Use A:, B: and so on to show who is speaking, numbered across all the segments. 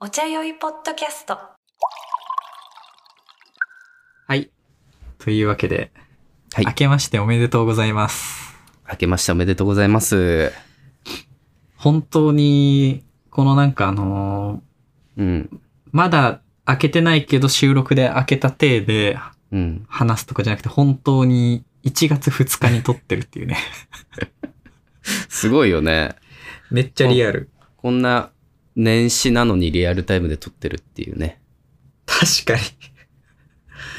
A: お茶酔いポッドキャスト。
B: はい。というわけで、
C: はい
B: 明けましておめでとうございます。
C: 明けましておめでとうございます。
B: 本当に、このなんかあの
C: うん。
B: ーまだ開けてないけど収録で開けた体で
C: うん。
B: 話すとかじゃなくて、本当に1月2日に撮ってるっていうね。
C: すごいよね。
B: めっちゃリアル。
C: こんな年始なのにリアルタイムで撮ってるっていうね。
B: 確かに。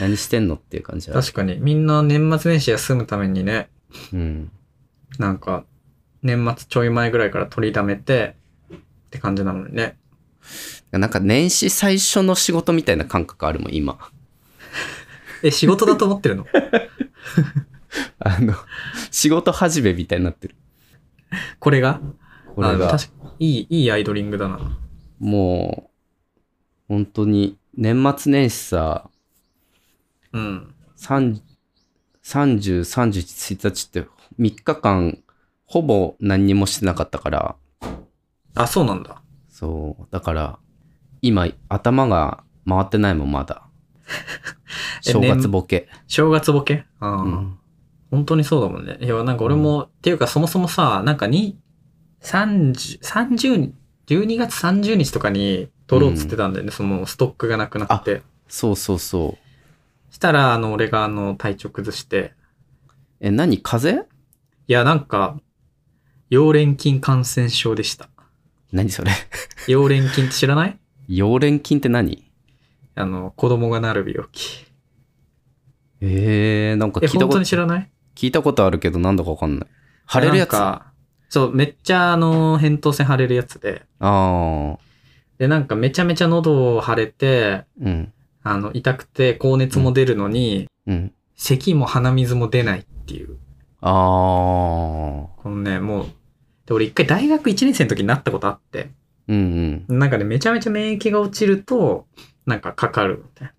C: 何してんのっていう感じだ。
B: 確かに。みんな年末年始休むためにね、
C: うん。
B: なんか、年末ちょい前ぐらいから取りだめて、って感じなのにね。
C: なんか年始最初の仕事みたいな感覚あるもん、今。
B: え、仕事だと思ってる の
C: あの、仕事始めみたいになってる。
B: これが
C: これ
B: あ
C: が。
B: 確かいい、いいアイドリングだな。
C: もう、本当に、年末年始さ、
B: うん。
C: 30、30 31、1日って3日間、ほぼ何にもしてなかったから、
B: あ、そうなんだ。
C: そう。だから、今、頭が回ってないもん、まだ。
B: え
C: 正月ボケ。
B: 正月ボケああ、
C: うん。
B: 本当にそうだもんね。いや、なんか俺も、っていうかそもそもさ、なんかに、30、30、12月30日とかに撮ろうっつってたんだよね、そのストックがなくなって。
C: そうそうそう。
B: したら、あの、俺があの、体調崩して、
C: え、何風邪
B: いや、なんか、溶連菌感染症でした。
C: 何それ
B: 溶連菌って知らない
C: 溶連菌って何
B: あの、子供がなる病気。
C: えー、なんか
B: え、
C: 聞いた
B: 本
C: こ
B: 当
C: と
B: に、知らない
C: 聞いたことあるけど、なんだかわかんない。腫れるやつ
B: なん
C: あ
B: かそう、めっちゃあの、扁桃腺腫れるやつで。
C: あー。
B: で、なんかめちゃめちゃ喉を腫れて、
C: うん。
B: あの、痛くて高熱も出るのに、
C: うん。
B: 咳も鼻水も出ないっていう。
C: ああ。
B: このね、もう、で、俺一回大学1年生の時になったことあって、
C: うんうん。
B: なんかね、めちゃめちゃ免疫が落ちると、なんかかかるみたい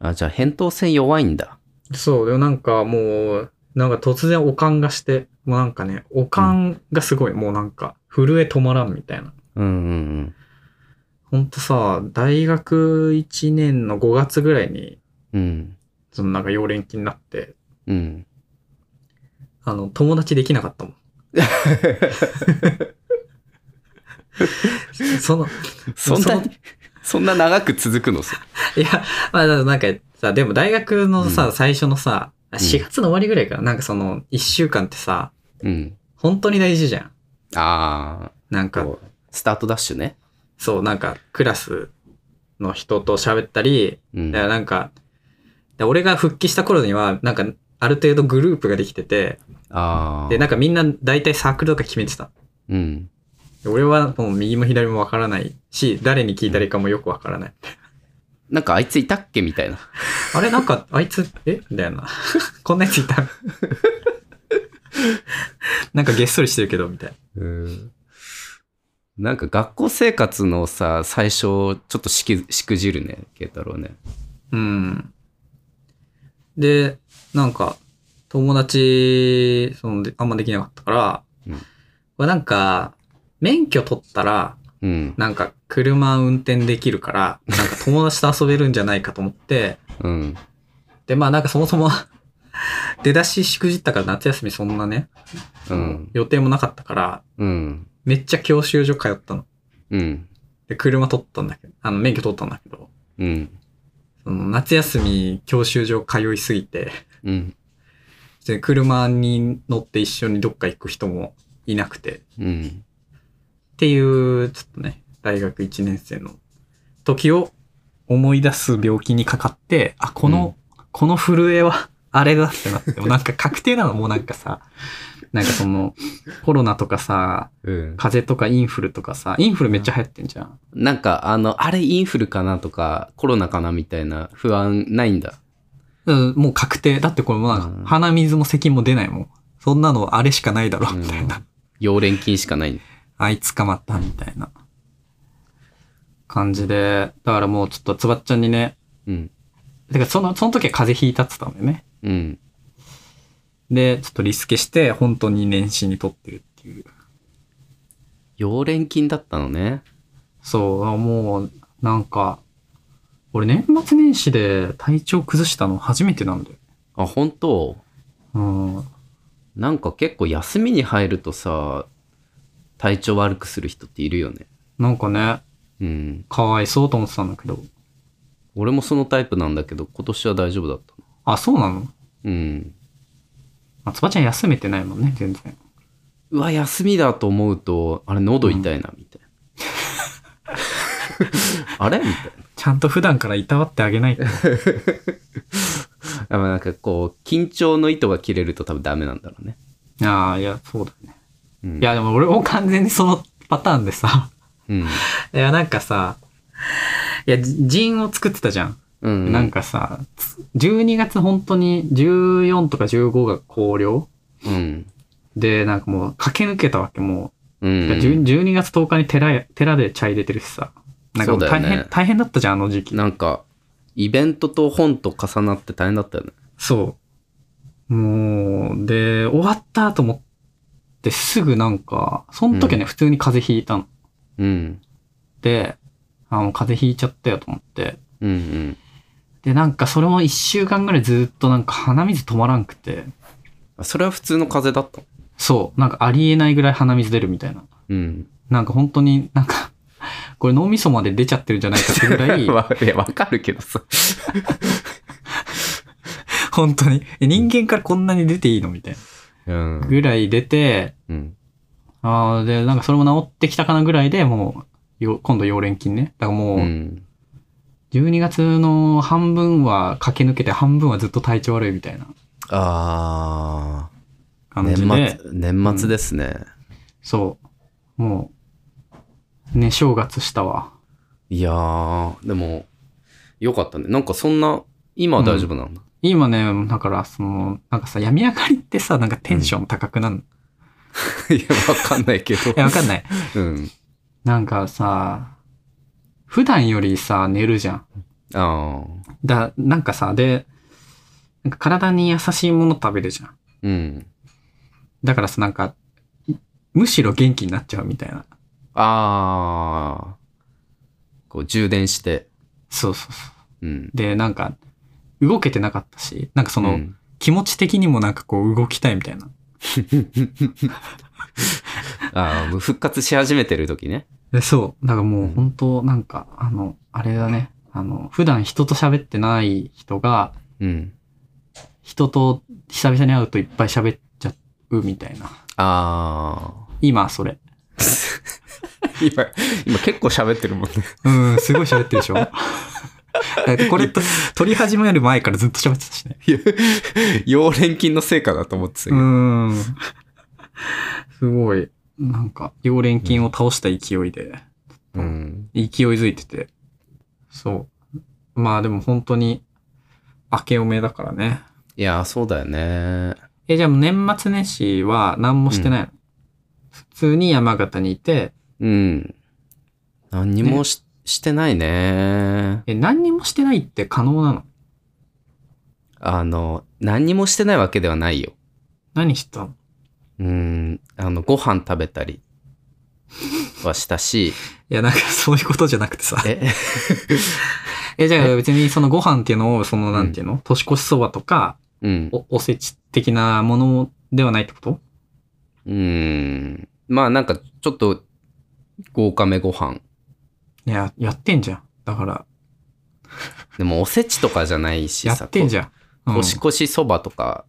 C: あ、じゃあ、扁桃腺弱いんだ。
B: な。そう、でもなんかもう、なんか突然おかんがして、もうなんかね、おかんがすごい、もうなんか、震え止まらんみたいな。
C: うんうん
B: ほんとさ、大学1年の5月ぐらいに、
C: うん。うん。
B: そのなんか溶連菌になって、
C: うん。
B: あの、友達できなか ったもん。その、
C: そんな に、そんな長く続くのさ。
B: いや、まあ、なんかさ、でも大学のさ、
C: うん
B: 最初のさ、
C: ん
B: 4月の終わりぐらいから、なんかその、1週間ってさ、
C: うん。
B: 本当に大事じゃん。
C: あ
B: なん
C: あ
B: か、。
C: スタートダッシュね。
B: そう、なんか、クラスの人と喋ったり、
C: うん。
B: だからなんか、で俺が復帰した頃には、なんか、ある程度グループができてて、
C: ああ。
B: で、なんかみんな大体サークルとか決めてた。
C: うん。
B: で俺はもう右も左もわからないし、誰に聞いたらいいかもよくわから ない。
C: なんかあいついたっけみたいな。
B: あれなんか、あいつ、えみたいな。 こんなやついた。 なんかげっそりしてるけど、みたいな。
C: なんか学校生活のさ、最初、ちょっとしきしくじるね、慶太郎ね。
B: うん。で、なんか、友達、その、であんまできなかったから、
C: うん
B: まあなんか、免許取ったら、
C: うん。
B: なんか車運転できるから、なんか友達と遊べるんじゃないかと思って、
C: うん。
B: で、まあなんかそもそ も、出だししくじったから夏休みそんなね、
C: うん。
B: 予定もなかったから、
C: うん。
B: めっちゃ教習所通ったの。
C: うん。
B: で、車取ったんだけど、あの、免許取ったんだけど、
C: うん。
B: その夏休み教習所通いすぎて、
C: うん。
B: で車に乗って一緒にどっか行く人もいなくて、っ
C: うん。
B: ていう、ちょっとね、大学1年生の時を思い出す病気にかかって、あ、この、この震えは、あれだってな って、もうなんか確定なの、もうなんかさ、なんかその、コロナとかさ、
C: うん。
B: 風邪とかインフルとかさ、インフルめっちゃ流行ってんじゃん。
C: なんか、あの、あれインフルかなとか、コロナかなみたいな不安ないんだ。
B: うん、もう確定。だってこれもうなん
C: う
B: か
C: ん
B: 鼻水も咳も出ないもん。そんなのあれしかないだろ、
C: うん
B: みたいな。
C: 溶連菌しかないんだ。
B: あいつ捕まった、みたいな感じで。だからもうちょっとつばっちゃんにね、
C: うん。
B: てかその、その時は風邪ひいたって言ってたんだよね。
C: うん。
B: で、ちょっとリスケして、本当に年始に撮ってるっていう。
C: 溶連菌だったのね。
B: そう、もう、なんか、俺年末年始で体調崩したの初めてなんだよ。
C: あ、本当
B: うん。
C: なんか結構休みに入るとさ、体調悪くする人っているよね。
B: なんかね、
C: うん。
B: かわいそうと思ってたんだけど。
C: 俺もそのタイプなんだけど、今年は大丈夫だったな
B: あ、そうなの
C: うん。
B: まあ、つばちゃん休めてないもんね、全然。
C: うわ、休みだと思うと、あれ、喉痛いな、みたいな。 あれみたい
B: ちゃんと普段からいたわってあげ ないと。
C: な。でもなんかこう、緊張の糸が切れると多分ダメなんだろうね。
B: ああ、いや、そうだね。
C: うん、
B: いや、でも俺も完全にそのパターンでさ、
C: うん、
B: いや、なんかさ、いや、ジジーンを作ってたじゃん。
C: うん。
B: なんかさ、つ12月本当に14とか15が高量
C: うん。
B: で、なんかもう駆け抜けたわけ、も
C: う
B: う。
C: ん。
B: 10 12月10日に寺へ寺で茶入れてるしさ。なんかもう
C: そうだ
B: 大
C: よね
B: 変、大変だったじゃん、あの時期。
C: なんか、イベントと本と重なって大変だったよね。
B: そう。もう、で、終わったと思ってすぐなんか、その時はね、普通に風邪ひいたの。
C: うん。
B: で、あの、風邪ひいちゃったよと思って。
C: うんうん。
B: で、なんかそれも1週間ぐらいずっとなんか鼻水止まらんくて。
C: あそれは普通の風邪だったの。
B: そう。なんかありえないぐらい鼻水出るみたいな。
C: うん。
B: なんか本当になんか、 これ脳みそまで出ちゃってるんじゃないかってぐらい、
C: わいや、わかるけどさ。
B: 本当に。え人間からこんなに出ていいのみたい
C: うん
B: な。。ぐらい出て、
C: うん。
B: あーで、なんかそれも治ってきたかなぐらいでもう、よ今度溶連菌ね。だからも
C: う
B: う、
C: ん。
B: 12月の半分は駆け抜けて、半分はずっと体調悪いみたいな
C: ああ。
B: 感
C: 年
B: じで。
C: 末、年末ですね。
B: そう。もう、ね、正月したわ。
C: いやー、でも、よかったね。なんかそんな、今は大丈夫なんだ。
B: 今ね、だから、その、なんかさ、病み上がりってさ、なんかテンション高くなる。い
C: いや、わかんないけど。
B: や、わかんない。
C: うん。
B: なんかさ、普段よりさ、寝るじゃん。
C: ああ。
B: だ、なんかさ、で、なんか体に優しいもの食べるじゃん。
C: うん。
B: だからさ、なんか、むしろ元気になっちゃうみたいな。
C: ああ。こう、充電して。
B: そうそうそ
C: うん。
B: う。で、なんか、動けてなかったし、なんかその、
C: うん
B: 気持ち的にもなんかこう動きたいみたいな。
C: ああ、もう復活し始めてる時ね。
B: でそう。だからも
C: う
B: うん本当なんか、あの、あれだね。あの、普段人と喋ってない人が、
C: うん。
B: 人と久々に会うといっぱい喋っちゃうみたいな。
C: ああ。
B: 今、それ。
C: 今、今結構喋ってるもんね。
B: うん、すごい喋ってるでしょ。だってこれと、撮り始める前からずっと喋ってたしね。
C: 溶連菌の成果だと思ってたけ
B: う
C: ど。
B: ん。すごい。なんか、溶連菌を倒した勢いで、
C: うん。
B: 勢いづいてて。そう。まあでも本当に、明けおめだからね。
C: いやー、そうだよね。
B: え、じゃあもう年末年始は何もしてないの、普通に山形にいて、
C: うん。何にもし,、してないね。
B: え、何にもしてないって可能なの
C: あの、何にもしてないわけではないよ。
B: 何してたの
C: うん。あの、ご飯食べたりはしたし、
B: いや、なんかそういうことじゃなくてさ。
C: え
B: え、じゃあ別にそのご飯っていうのを、そのなんていうの、年越しそばとか、
C: うん。
B: お、おせち的なものではないってこと
C: うん。まあなんか、ちょっと、豪華めご飯。
B: いや、やってんじゃん。だから、
C: でも、おせちとかじゃないし
B: や
C: さ。
B: ってんじ
C: ゃ
B: ゃん。うん
C: 年越しそばとか、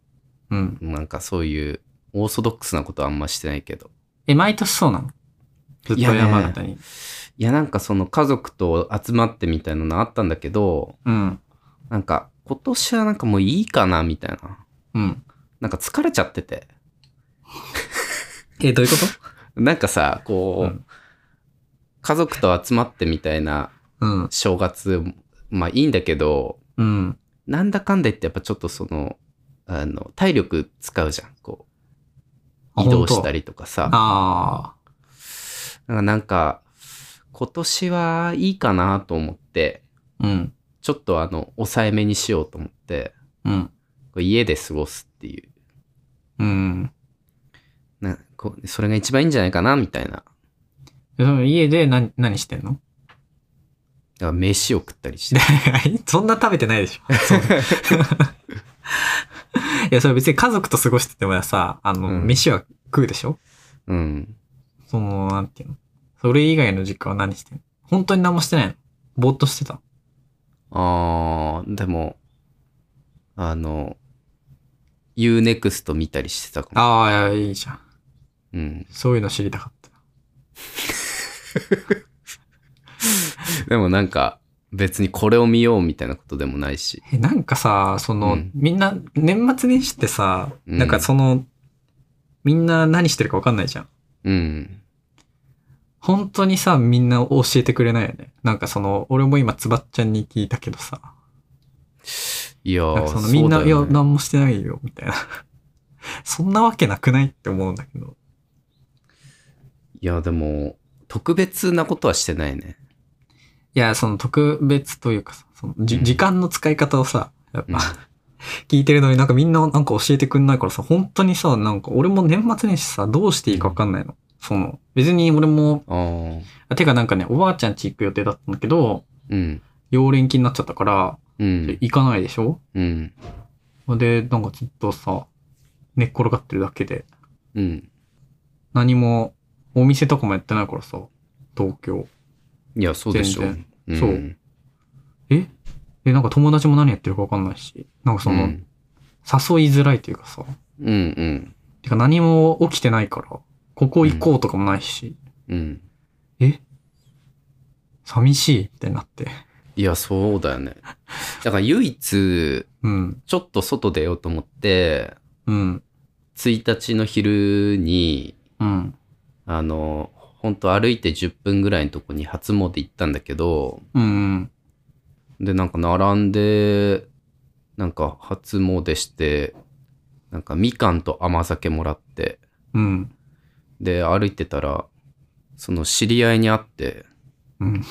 B: うん。
C: なんかそういう、オーソドックスなことはあんましてないけど。
B: え、毎年そうなのずっと
C: いやね
B: 山形に。
C: いや、なんかその家族と集まってみたいなのあったんだけど、
B: うん。
C: なんか今年はなんかもういいかなみたいな。
B: うん。
C: なんか疲れちゃってて。
B: え、どういうこと
C: なんかさ、こ
B: う
C: う、
B: ん
C: 家族と集まってみたいな
B: うん。
C: 正月、まあいいんだけど、
B: うん。
C: なんだかんだ言ってやっぱちょっとその、あの、体力使うじゃん。こう、
B: あ
C: 移動した
B: 本
C: りとかさ
B: 当。ああ。
C: なんかなんか、今年はいいかなと思って、
B: うん。
C: ちょっとあの、抑えめにしようと思って、
B: うん。
C: こう家で過ごすっていう。
B: うん。
C: なこうそれが一番いいんじゃないかなみたいな。
B: でその家で何、何してんの
C: だから飯を食ったりして。
B: そんな食べてないでしょ。そんな いや、それ別に家族と過ごしててもさ、あの、
C: うん
B: 飯は食うでしょ
C: うん。
B: その、なんていうのそれ以外の時間は何してんの本当に何もしてないのぼーっとしてた。
C: あー、でも、あの、Unext 見たりしてたかも。
B: ああ、いやいいじゃん。
C: うん。
B: そういうの知りたかった。
C: でもなんか、別にこれを見ようみたいなことでもないし。
B: え、なんかさ、その、
C: うん
B: みんな、年末年始ってさ、
C: うん
B: なんかその、みんな何してるかわかんないじゃん。
C: うん。
B: 本当にさ、みんな教えてくれないよね。なんかその、俺も今、つばっちゃんに聞いたけどさ、
C: いや
B: なん
C: ー、
B: かそのみんな、
C: そう
B: い
C: だ
B: や
C: よ、ね
B: 何もしてないよ、みたいな。 そんなわけなくないって思うんだけど。
C: いや、でも、特別なことはしてないね。
B: いや、その特別というかさ、そのじ、
C: うん
B: 時間の使い方をさ、やっぱ、
C: うん
B: 聞いてるのになんかみんななんか教えてくんないからさ、本当にさ、なんか俺も年末年始さ、どうしていいかわかんないの。その、別に俺も、
C: あー。
B: あてかなんかね、おばあちゃん家行く予定だったんだけど、
C: うん。
B: 溶連期になっちゃったから、
C: うん。
B: 行かないでしょ
C: うん。
B: で、なんかずっとさ、寝っ転がってるだけで、
C: うん。
B: 何も、お店とかもやってないからさ、東京。
C: いや、そうでしょ
B: 全。
C: ん
B: そう。えで、なんか友達も何やってるかわかんないし、なんかその、
C: うん
B: 誘いづらいというかさ、
C: うんうん。
B: てか何も起きてないから、ここ行こうとかもないし、
C: うん。
B: え寂しいってなって。
C: いや、そうだよね。だから唯一、
B: うん、
C: ちょっと外出ようと思って、
B: うん、
C: 1日の昼に、
B: うん、
C: あの、本当歩いて10分ぐらいのとこに初詣行ったんだけど、
B: うん、
C: で、なんか並んで、なんか初詣して、なんかみかんと甘酒もらって、
B: うん、
C: で、歩いてたら、その知り合いに会って、
B: うん、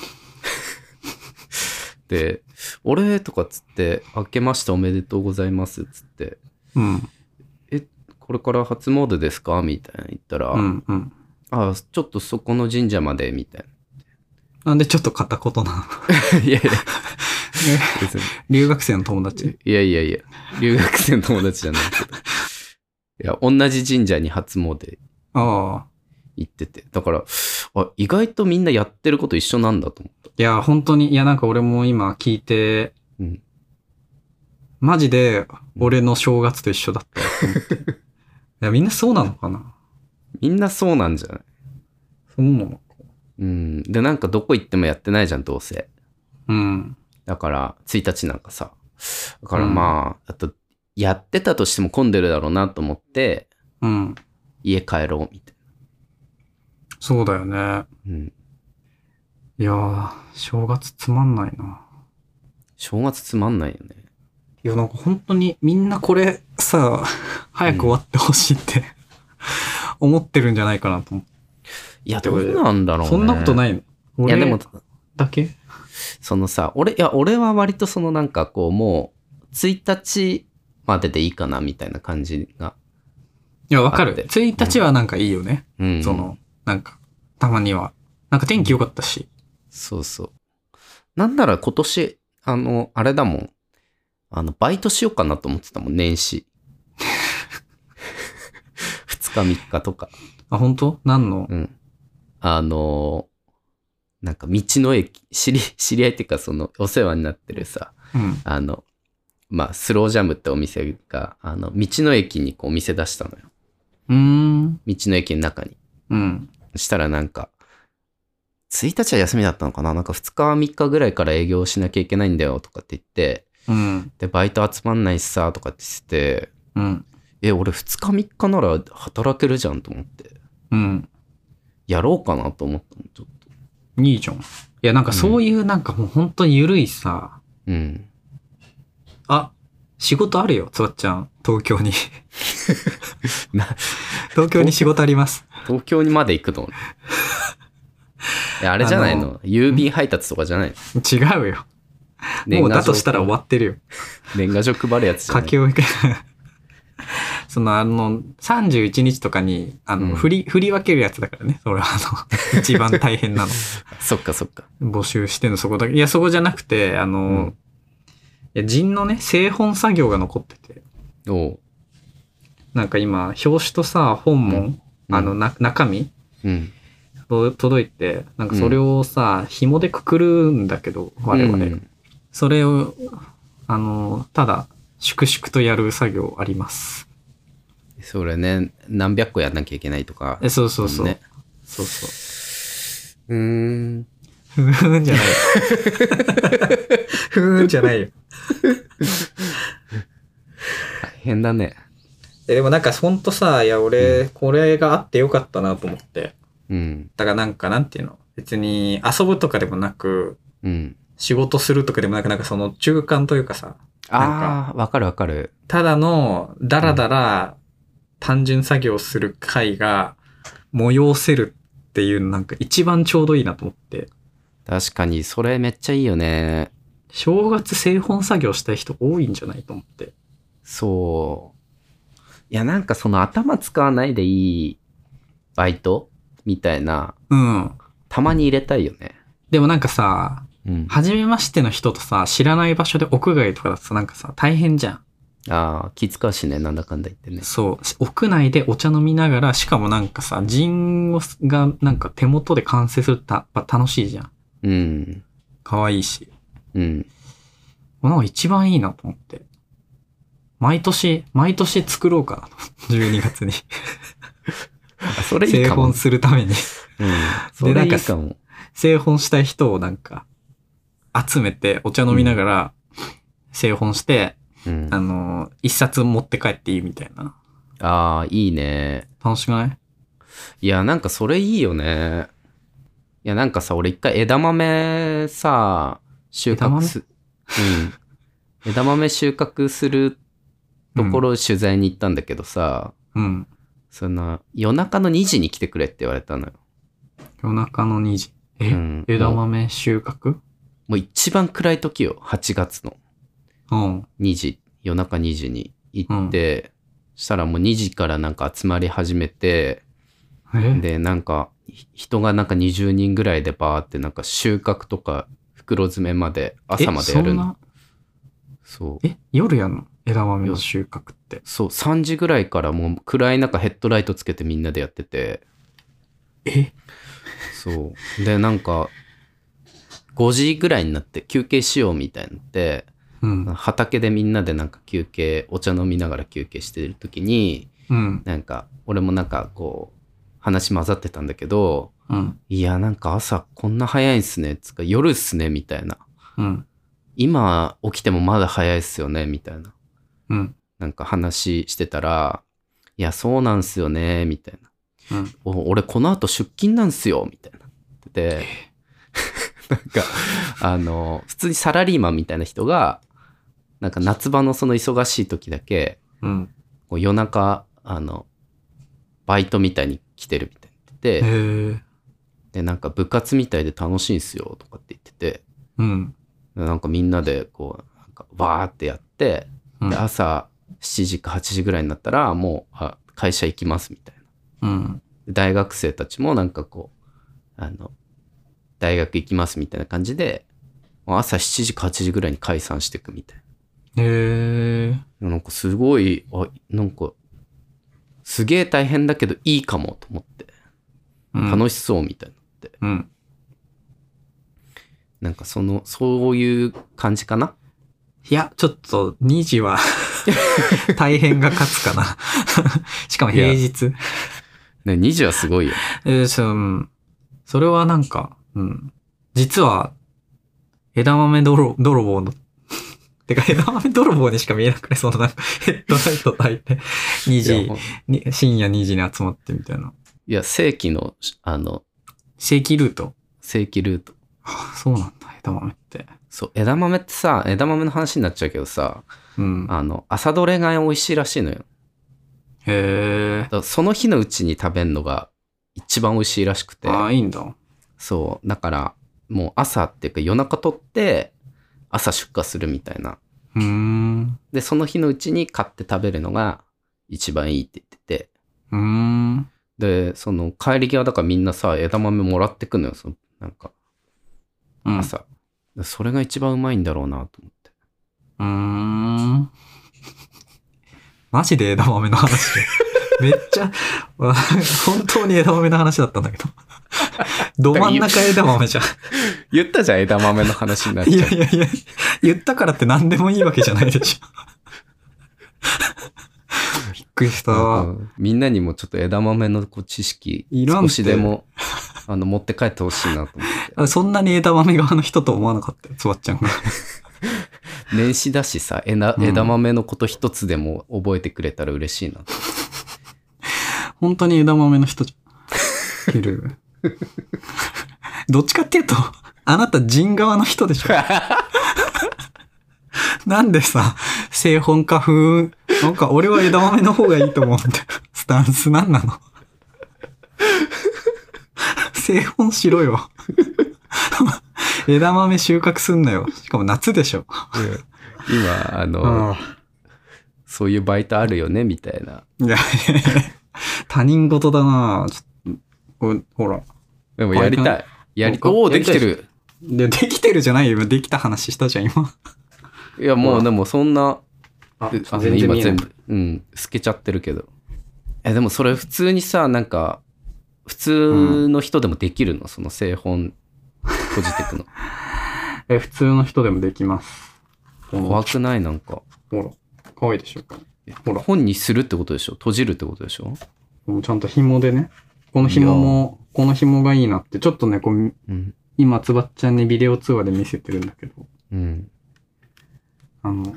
C: で、俺とかっつって、明けましておめでとうございますっつって、
B: うん、
C: これから初詣ですかみたいな言ったら、
B: うん、うん。
C: ああ、ちょっとそこの神社まで、みたい
B: なんでちょっと片言なの
C: な。 いやいや、別に。
B: 留学生の友達。
C: いやいやいや、留学生の友達じゃないけど。いや、同じ神社に初詣
B: ああ。
C: 行ってて。だから、あ、意外とみんなやってること一緒なんだと思った。
B: いや、本当に、いや、なんか俺も今聞いて、
C: うん
B: マジで俺の正月と一緒だ ったよと思って。いや、みんなそうなのかな
C: みんなそうなんじゃない
B: そうなの
C: うん。で、なんかどこ行ってもやってないじゃん、どうせ。
B: うん。
C: だから、1日なんかさ。だから
B: うん
C: まあ、あと、やってたとしても混んでるだろうなと思って、
B: うん。
C: 家帰ろう、みたい
B: そうだよね。
C: な。うん。
B: いやー、正月つまんないな。
C: 正月つまんないよね。
B: いや、なんか本当にみんなこれさ、 早く終わってほしいって、思ってるんじゃないかなと思って。
C: いや、どうなんだろうね。
B: そんなこと
C: い。
B: ないの
C: い
B: 俺
C: や、でも、
B: だけ
C: そのさ、俺、いや、俺は割とそのなんかこう、もう、1日まででいいかな、みたいな感じが。
B: いや、わか
C: あって
B: る。1日はなんかいいよね。
C: うん。
B: そ。の、なんか、たまには。なんか天気良かったし。
C: そうそう。なんなら今年、あの、あれだもん。あの、バイトしようかなと思ってたもん、年始。2日3日とか。
B: あ、本当？何の
C: うん。あの、なんか道の駅、知り、知り合いっていうか、その、お世話になってるさ、
B: うん。
C: あの、まあ、スロージャムってお店が、あの、道の駅にこう、お店出したのよ。
B: うーん。
C: 道の駅の中に。
B: うん。
C: したらなんか、1日は休みだったのかななんか2日3日ぐらいから営業しなきゃいけないんだよとかって言って、
B: うん。
C: で、バイト集まんないしさとかって言ってて、
B: うん。
C: え、俺2日3日なら働けるじゃんと思って、
B: うん。
C: やろうかなと思ったの、ちょっと。
B: いいじゃん。いや、なんかそういう、なんかもう本当にゆるいさ、
C: うん。
B: あ、仕事あるよ、つわっちゃん。東京に。
C: な
B: 東京に仕事あります。
C: 東京にまで行くのえ あれじゃない
B: あ
C: の郵便配達とかじゃないの
B: 違うよ。もうだとしたら終わってるよ。
C: 年賀状配るやつじゃな
B: 書
C: い
B: き置き。 そのあの、31日とかに、あの、
C: うん
B: 振り、振り分けるやつだからね。それは あの、一番大変なの。
C: そっかそっか。
B: 募集してんのそこだけ。いや、そこじゃなくて、あの、
C: うん
B: いや陣のね、製本作業が残ってて。
C: おう。
B: なんか今、表紙とさ、本も、
C: うん
B: あの、な、中身
C: うん。
B: と届いて、なんかそれをさ、紐でくくるんだけど、我々。
C: うん
B: それを、あの、ただ、粛々とやる作業あります。
C: それね、何百個やんなきゃいけないとか。
B: え、そうそうそう。
C: ね
B: そうそう
C: ーん。
B: う。ふーんじゃない。ふーんじゃないよ。
C: 大変だね。
B: え、でもなんかほんとさ、いや、俺、これがあってよかったなと思って。
C: うん。
B: だからなんか、なんていうの別に遊ぶとかでもなく、
C: うん。
B: 仕事するとかでもなく、なんかその中間というかさ、
C: ああ、わかるわかる。
B: ただの、だらだら、単純作業する回が、催せるっていうのなんか一番ちょうどいいなと思って。
C: 確かに、それめっちゃいいよね。
B: 正月製本作業したい人多いんじゃないと思って。
C: そう。いや、なんかその頭使わないでいいバイトみたいな、
B: うん。
C: たまに入れたいよね。
B: でもなんかさ、
C: うん。あ
B: 初めましての人とさ、知らない場所で屋外とかだとさ、なんかさ、大変じゃん。
C: あー、気使うしね、なんだかんだ言ってね。
B: そう。し屋内でお茶飲みながら、しかもなんかさ、陣をすがなんか手元で完成するってやっぱ楽しいじゃん。
C: うん。
B: 可愛いし。
C: うん。
B: なんか一番いいなと思って。毎年、毎年作ろうかなと。12月に。
C: あそれいい
B: 製
C: かも。
B: 本
C: うん。
B: するために。
C: そ れいい
B: なん
C: か
B: か
C: も。
B: 製本したい人をなんか、集めてお茶飲みながら、製本して、
C: うん
B: あのー、一冊持って帰っていいみたいな。
C: ああ、いいね。
B: 楽しくない
C: いや、なんかそれいいよね。いや、なんかさ、俺一回枝豆さ、収穫す、うん。枝豆収穫するとこ、ろ取材に行ったんだけどさ、
B: うん、うん。
C: その、夜中の2時に来てくれって言われたのよ。
B: 夜中の2時。え、
C: うん
B: 枝豆収穫
C: もう一番暗い時よ、8月の
B: うん。
C: 2時、夜中2時に行って、したらもう2時からなんか集まり始めて、
B: え
C: で、なんか、ひ人がなんか20人ぐらいでバーって、なんか収穫とか袋詰めまで、朝までや
B: えそ
C: る
B: ん
C: の。
B: な、
C: そう。
B: え、夜やんの枝豆の収穫って。
C: そう、3時ぐらいからもう暗い中ヘッドライトつけてみんなでやってて、
B: え
C: そう。で、なんか、5時ぐらいになって休憩しようみたいになって、
B: うん。
C: 畑でみんなでなんか休憩、お茶飲みながら休憩してる時に、
B: うん。
C: なんか、俺もなんかこう、話混ざってたんだけど、
B: うん。
C: いや、なんか朝こんな早いんすね、つうか夜っすね、みたいな。
B: うん。
C: 今起きてもまだ早いっすよねみたいな
B: うん。
C: なんか話してたら「いやそうなんすよね」みたいな
B: うん。
C: 「お俺この後出勤なんすよ」みたいなってて なんかあの普通にサラリーマンみたいな人がなんか夏場のその忙しい時だけ
B: うん。
C: こう夜中あのバイトみたいに来てるみたいに言って
B: え
C: て、
B: ー、
C: でなんか部活みたいで楽しいんすよとかって言ってて
B: うん。
C: なんかみんなでこうなんかバーってやって
B: うん
C: で朝7時か8時ぐらいになったらもうあ会社行きますみたいな
B: うん。
C: で大学生たちもなんかこうあの大学行きますみたいな感じでもう朝7時か8時ぐらいに解散していくみたい
B: えー、
C: ななんかすごいあなんかすげえ大変だけどいいかもと思って
B: うん
C: 楽しそうみたいな、
B: うん。
C: なんかそのそういう感じかない
B: や、ちょっと2時 は大変が勝つかな。しかも平日。
C: ね2時はす ごいよ
B: えーそううんそれはなんか、うん。実は、枝豆泥泥棒の、 てか枝豆泥棒にしか見えなくて、そのなんかヘッドライト焚いて、2
C: い
B: 時
C: や
B: に、深夜2時に集まってみたいな。
C: いや正規のあの
B: 正規ルート。
C: 正規ルート
B: はあそうなんだ、枝豆って。
C: そう枝豆ってさ枝豆の話になっちゃうけどさ
B: うん。
C: あの朝どれが美味しいらしいのよだ
B: へ
C: からその日のうちに食べるのが一番美味しいらしく
B: え。
C: て
B: ああ、いいんだ。
C: そうだからもう朝っていうか夜中取って朝出荷するみたいな
B: うーん。
C: でその日のうちに買って食べるのが一番いいって言ってて。
B: うーん。
C: で、その帰り際だからみんなさ、枝豆もらってくのよ、その、なんか、
B: うん。う
C: 朝。でそれが一番うまいんだろうなと思って。
B: ーん。マジで枝豆の 話。めっちゃ、わ本当に枝豆の話だったんだ けど。ど真ん中枝豆じゃん。
C: 言ったじゃん、枝豆の話になっ
B: い
C: ちゃ
B: やいやいや、言ったからって何でもいいわけじゃないでしょ。 びっくりした。
C: う。うんみんなにもちょっと枝豆のこう知識、
B: いらん
C: 少
B: て
C: しでも、あの、持って帰ってほしいなと 思って。
B: あそんなに枝豆側の人と思わなかったよ、つばっちゃんが。
C: 年始だしさ、枝
B: うん
C: 枝豆のこと一つでも覚えてくれたら嬉しいな。
B: 本当に枝豆の人じゃん。いる。どっちかっていうと、あなた人側の人でしょ。なんでさ、製本家風、なんか俺は枝豆の方がいいと思うんだよ。スタンスなんなの製本しろよ。枝豆収穫すんなよ。しかも夏でしょ。
C: 今、あの、そういうバイトあるよね、みたいな。
B: いや、いやいや他人事だなちょっとおほら。
C: でもやりたい。やり、
B: 僕
C: おお、
B: や
C: で
B: り
C: き
B: たい
C: て
B: です
C: る。
B: で、できてるじゃないよ。今できた話したじゃん、今。
C: いや、も
B: ほ
C: う
B: ら
C: でもそんな、
B: あ
C: うあの今全部、うん、透けちゃってるけど。え、でもそれ普通にさ、なんか、普通の人でもできるの、その製本、ポジテ クの。
B: え、普通の人でもできます。ほ
C: 怖くないなんか。
B: ら、可愛いでしょうか。ほら
C: 本にするってことでしょ閉じるってことでしょ
B: もうちゃんと紐でね。この紐も、この紐がいいなって、ちょっとね、こう、
C: うん。
B: 今、つばっちゃんにビデオ通話で見せてるんだけど、
C: うん。
B: あの、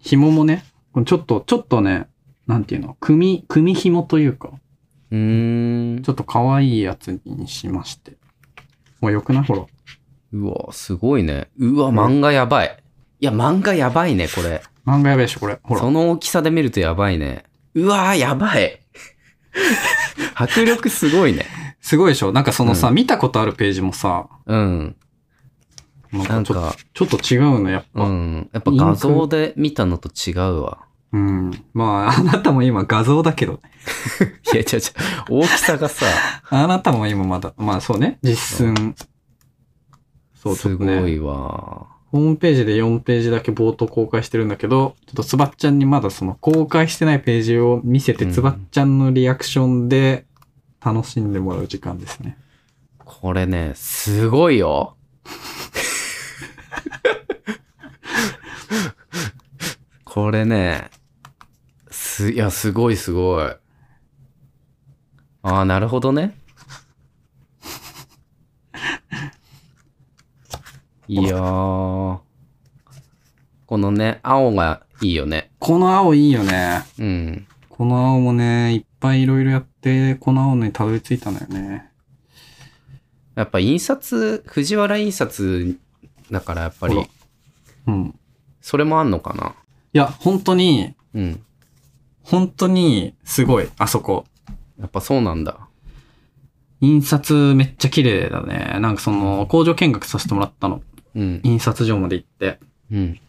B: 紐もね、このちょっと、ちょっとね、なんていうの、組、組紐というか、
C: うーん
B: ち。ょっと可愛いやつにしまして。もうよくないほら。
C: うわ、すごいね。うわ、漫画やばい。いや、漫画やばいね、これ。
B: 漫画やべえでしょ、これ。ほら。
C: その大きさで見るとやばいね。うわ、や ばい。迫力すごいね。
B: すごいでしょなんかそのさ、
C: う
B: 見たことあるページもさ、
C: うん。
B: なん
C: な
B: か
C: ん
B: ちょっと
C: か、
B: ちょっと違うの、やっぱ。
C: うん。やっぱ画像で見たのと違う わ。
B: うん。まあ、あ なたも今画像だけどね。
C: いや、違う違う。大きさがさ、
B: あなたも今まだ、まあそうね、実寸。そう、ちょ
C: す
B: っと
C: ご
B: ね、
C: いわ。
B: ホームページで4ページだけ冒頭公開してるんだけど、ちょっとつばっちゃんにまだその公開してないページを見せて、
C: うん
B: つばっちゃんのリアクションで楽しんでもらう時間ですね。
C: これね、すごいよ。これね、す、いや、すごいすごい。ああ、なるほどね。いやー。このね、青がいいよね。
B: この青いいよね。
C: うん。
B: この青もね、いっぱいいろいろやって、この青にたどり着いたんだよね。
C: やっぱ印刷、藤原印刷だからやっぱ
B: ほ
C: り
B: ら、うん。
C: それもあんのかない
B: や、本当に、
C: うん。
B: 本当にすごい、あそこ。
C: やっぱそうなんだ。
B: 印刷めっちゃ綺麗だね。なんかその工場見学させてもらったの。
C: うん。
B: 印刷所まで行って。
C: うん。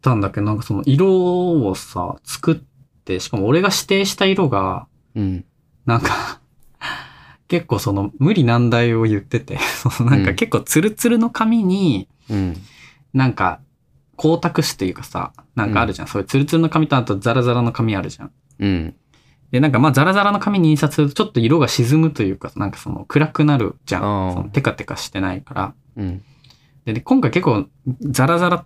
B: たんだけど、なんかその色をさ、作って、しかも俺が指定した色が、
C: うん。
B: なんか、 結構その無理難題を言ってて、 そのなん
C: う
B: か
C: ん
B: 結構ツルツルの紙に、
C: うん。
B: なんか光沢紙というかさ、なんかあるじゃん。そういうツルツルの紙とあとザラザラの紙あるじゃん。
C: うん。
B: で、なんかまあザラザラの紙に印刷するとちょっと色が沈むというか、なんかその暗くなるじゃん。
C: ああ
B: そのテカテカしてないから。
C: うん。
B: で、で今回結構ザラザラ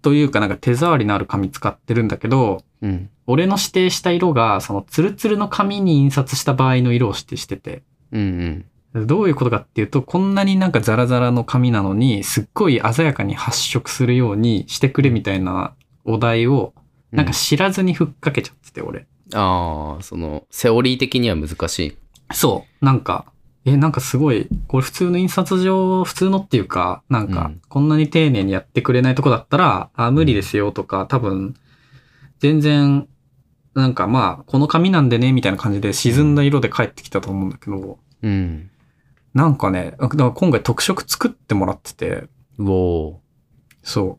B: というかなんか手触りのある紙使ってるんだけど、
C: うん。
B: 俺の指定した色がそのツルツルの紙に印刷した場合の色を指定してて、
C: うん。
B: どういうことかっていうと、こんなになんかザラザラの紙なのに、すっごい鮮やかに発色するようにしてくれみたいなお題を、なんか知らずにふっかけちゃってて、俺。
C: ああ、その、セオリー的には難しい。
B: そう。なんか、え、なんかすごい、これ普通の印刷所、普通のっていうか、なん
C: う
B: か
C: ん、
B: こんなに丁寧にやってくれないとこだったら、あ、無理ですよとか、多分、全然、なんかまあ、この紙なんでね、みたいな感じで沈んだ色で帰ってきたと思うんだけど、
C: うん。
B: なんかね、だから今回特色作ってもらってて、
C: うお
B: そ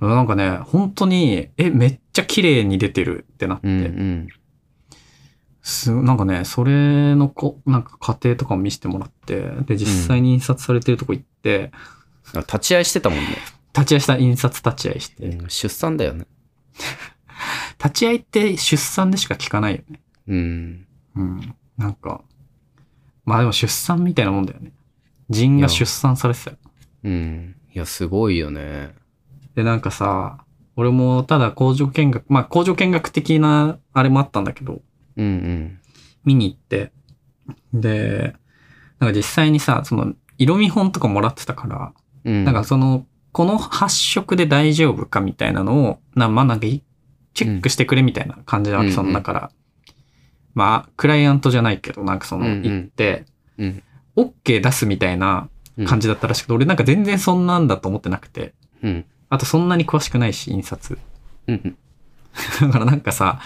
B: う。なんかね、本当に、え、めっちゃ綺麗に出てるってなって、
C: ー。うん。
B: すなんかね、それのこ、なんか過程とかも見せてもらって、で、実際に印刷されてるとこ行って、
C: あ立ち会いしてたもんね。
B: 立ち会いした、印刷立ち会いして。
C: うん出産だよね。
B: 立ち会いって出産でしか聞かないよね。
C: うん。
B: うん。なんか、まあでも出産みたいなもんだよね。人が出産されてたよ。
C: うん。いや、すごいよね。
B: で、なんかさ、俺もただ工場見学、まあ工場見学的なあれもあったんだけど、
C: うん
B: 見に行って、で、なんか実際にさ、その、色見本とかもらってたから、
C: うん。うん。
B: なんかその、この発色で大丈夫かみたいなのを、なまあなんかいチェックしてくれみたいな感じなわけ、
C: うん
B: そのだから、まあ、クライアントじゃないけど、なんかその、
C: うんうん
B: 行って、
C: うん。
B: OK 出すみたいな感じだったらしくて、俺なんか全然そんなんだと思ってなくて、
C: うん。
B: あとそんなに詳しくないし、印刷。
C: うん。うん。
B: だからなんかさ、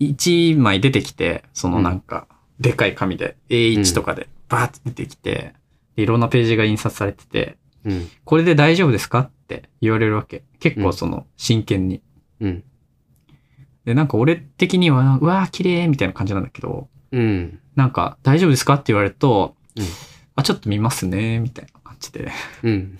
B: 一1枚出てきて、そのなんか、でかい紙で、A1 とかで、バーって出てきて、でいろんなページが印刷されてて、
C: うん。
B: これで大丈夫ですかって言われるわけ。結構その、真剣に。
C: うん。
B: で、なんか俺的には、うわー、綺麗みたいな感じなんだけど、
C: うん。
B: なんか、大丈夫ですかって言われると、
C: うん
B: あ、ちょっと見ますね、みたいな感じで、
C: うん。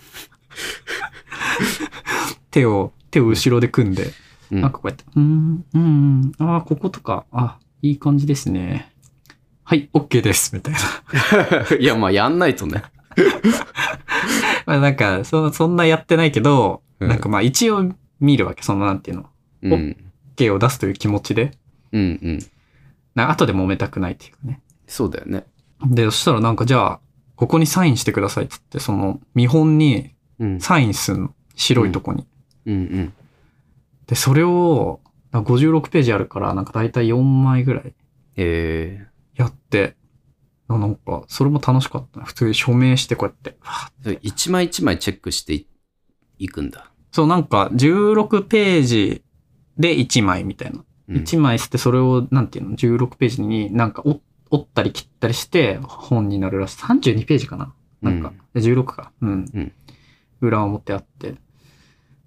B: 手を、手を後ろで組んで、
C: うん
B: なんかこうやって、うーん、うーん、あー、こことか、あ、いい感じですね。はい、OK です、みたいな。
C: いや、まあ、やんないとね。
B: まあなんか、そそんなやってないけど、
C: うん
B: なんかまあ一応見るわけ、そのなんていうの、
C: うん。
B: OK を出すという気持ちで、
C: うんうん。
B: な後で揉めたくないっていうかね。
C: そうだよね。
B: で、そしたらなんかじゃあ、ここにサインしてくださいって言って、その見本に
C: うん。
B: サインすんの。白いとこに。
C: うん
B: で、それを、なんか56ページあるから、なんか大体4枚ぐらい
C: ええ
B: やって、あなんか、それも楽しかったな。普通に署名してこうやって。わあ
C: それ一枚一枚チェックしていいくんだ。
B: そう、なんか16ページで1枚みたいな。
C: うん
B: 1枚捨て、それを、なんていうの、16ページになんか折折ったり切ったりして本になるらしい。32ページかななんか、16か。うん。
C: うん
B: 裏表あって。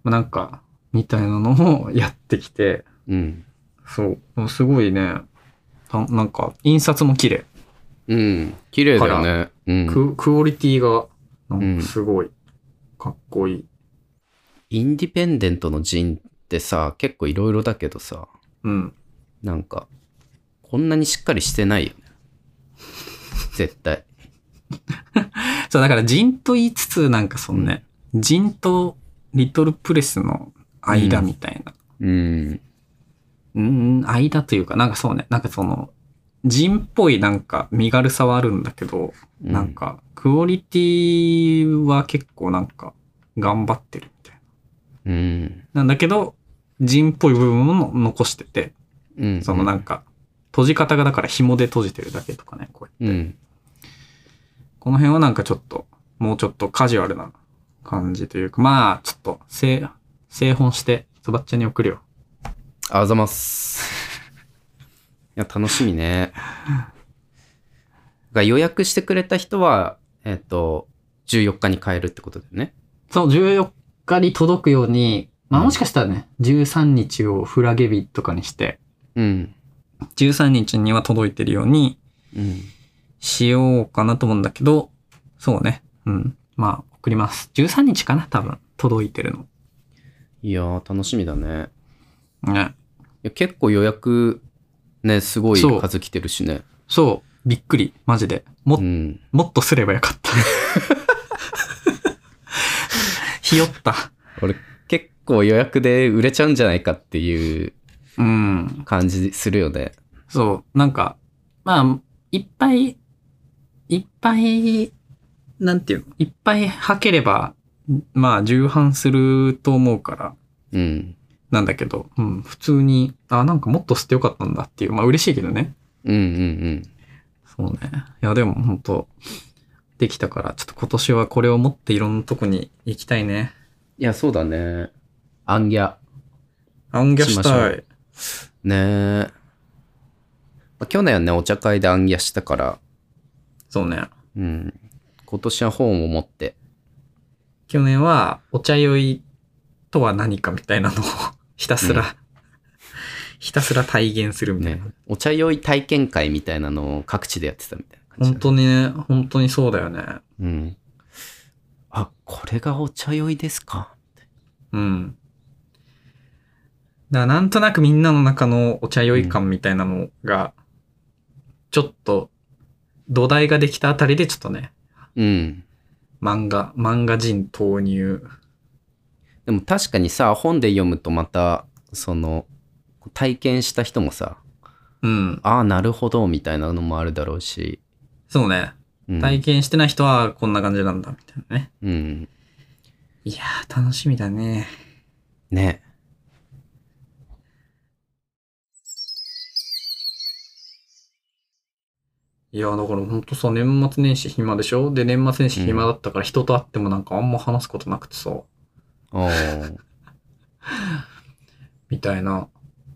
B: まあ、なんか、みたいなのを やってきて、
C: うん。
B: そう。でもすごいね、たなんか、印刷も綺麗、
C: うん。綺麗だよね。うん。
B: ククオリティが、なんかすごい、かっこいい。
C: インディペンデントの人ってさ、結構いろいろだけどさ、
B: うん。
C: なんか、こんなにしっかりしてないよね。絶対。
B: そう、だから、人と言いつつ、なんかそのね、人とリトルプレスの間みたいな。
C: うん。
B: うん、間というか、なんかそうね、なんかその、人っぽいなんか身軽さはあるんだけど、なんか、クオリティは結構なんか、頑張ってるみたいな。
C: うん。
B: なんだけど、人っぽい部分も残してて、
C: うん。
B: そのなんか、閉じ方がだから紐で閉じてるだけとかね、こう
C: うん。
B: この辺はなんかちょっと、もうちょっとカジュアルな感じというか、まあ、ちょっと、製、製本して、つばっちゃんに送るよ。
C: あざ ます。いや、楽しみね。が予約してくれた人は、えっ、と、14日に買えるってことだよね。
B: そう、14日に届くように、まあもしかしたらね、13日をフラゲ日とかにして、
C: うん。
B: 13日には届いてるように、
C: うん。
B: しようかなと思うんだけど、そうね。うん。まあ、送ります。13日かな多分。届いてる
C: いやー、楽しみだね。
B: の。ね。
C: いや結構予約、ね、すごい
B: そう
C: 数来てるしね。
B: そう。びっくり。マジで。も、
C: うん。
B: もっとすればよか った。ひよった。
C: 俺、結構予約で売れちゃうんじゃないかっていう
B: うん。
C: 感じするよね。
B: そう。なんか、まあ、いっぱい、いっぱい、なんていうのいっぱい履ければ、まあ、重版すると思うから、
C: うん。
B: なんだけど、うん、普通に、あ、なんかもっと捨てよかったんだっていう、まあ嬉しいけどね。
C: うんうん
B: そうね。いや、でも本当できたから、ちょっと今年はこれを持っていろんなとこに行きたいね。
C: いや、そうだね。アンギャ。
B: アンギ
C: ギャ
B: ャ
C: し
B: したた
C: い
B: い。
C: ねえ。まあ去年はね、お茶会で暗夜したから、
B: そうね。
C: うん。今年は本を持って、
B: 去年は、お茶酔いとは何かみたいなのをひたすら、ひたすら体現するみたい
C: ね
B: な。、
C: お茶酔い体験会みたいなのを各地でやってたみたいな感じ。
B: 本当にね、本当にそうだよね。
C: うん。あ、これがお茶酔いですか。
B: うん。だからなんとなくみんなの中のお茶酔い感みたいなのが、ちょっと土台ができたあたりでちょっとね、
C: うん。
B: 漫画、漫画人投入。
C: でも確かにさ、本で読むとまた、その、体験した人もさ、
B: うん。
C: ああ、なるほど、みたいなのもあるだろうし。
B: そうね。
C: うん。
B: 体験してない人はこんな感じなんだ、みたいなね。
C: うん。
B: いやー、楽しみだね。
C: ね。
B: いやー、だからほんとさ、年末年始暇でしょで、年末年始暇だったから人と会ってもなんかあんま話すことなくてさ、
C: ああ、
B: みたいな。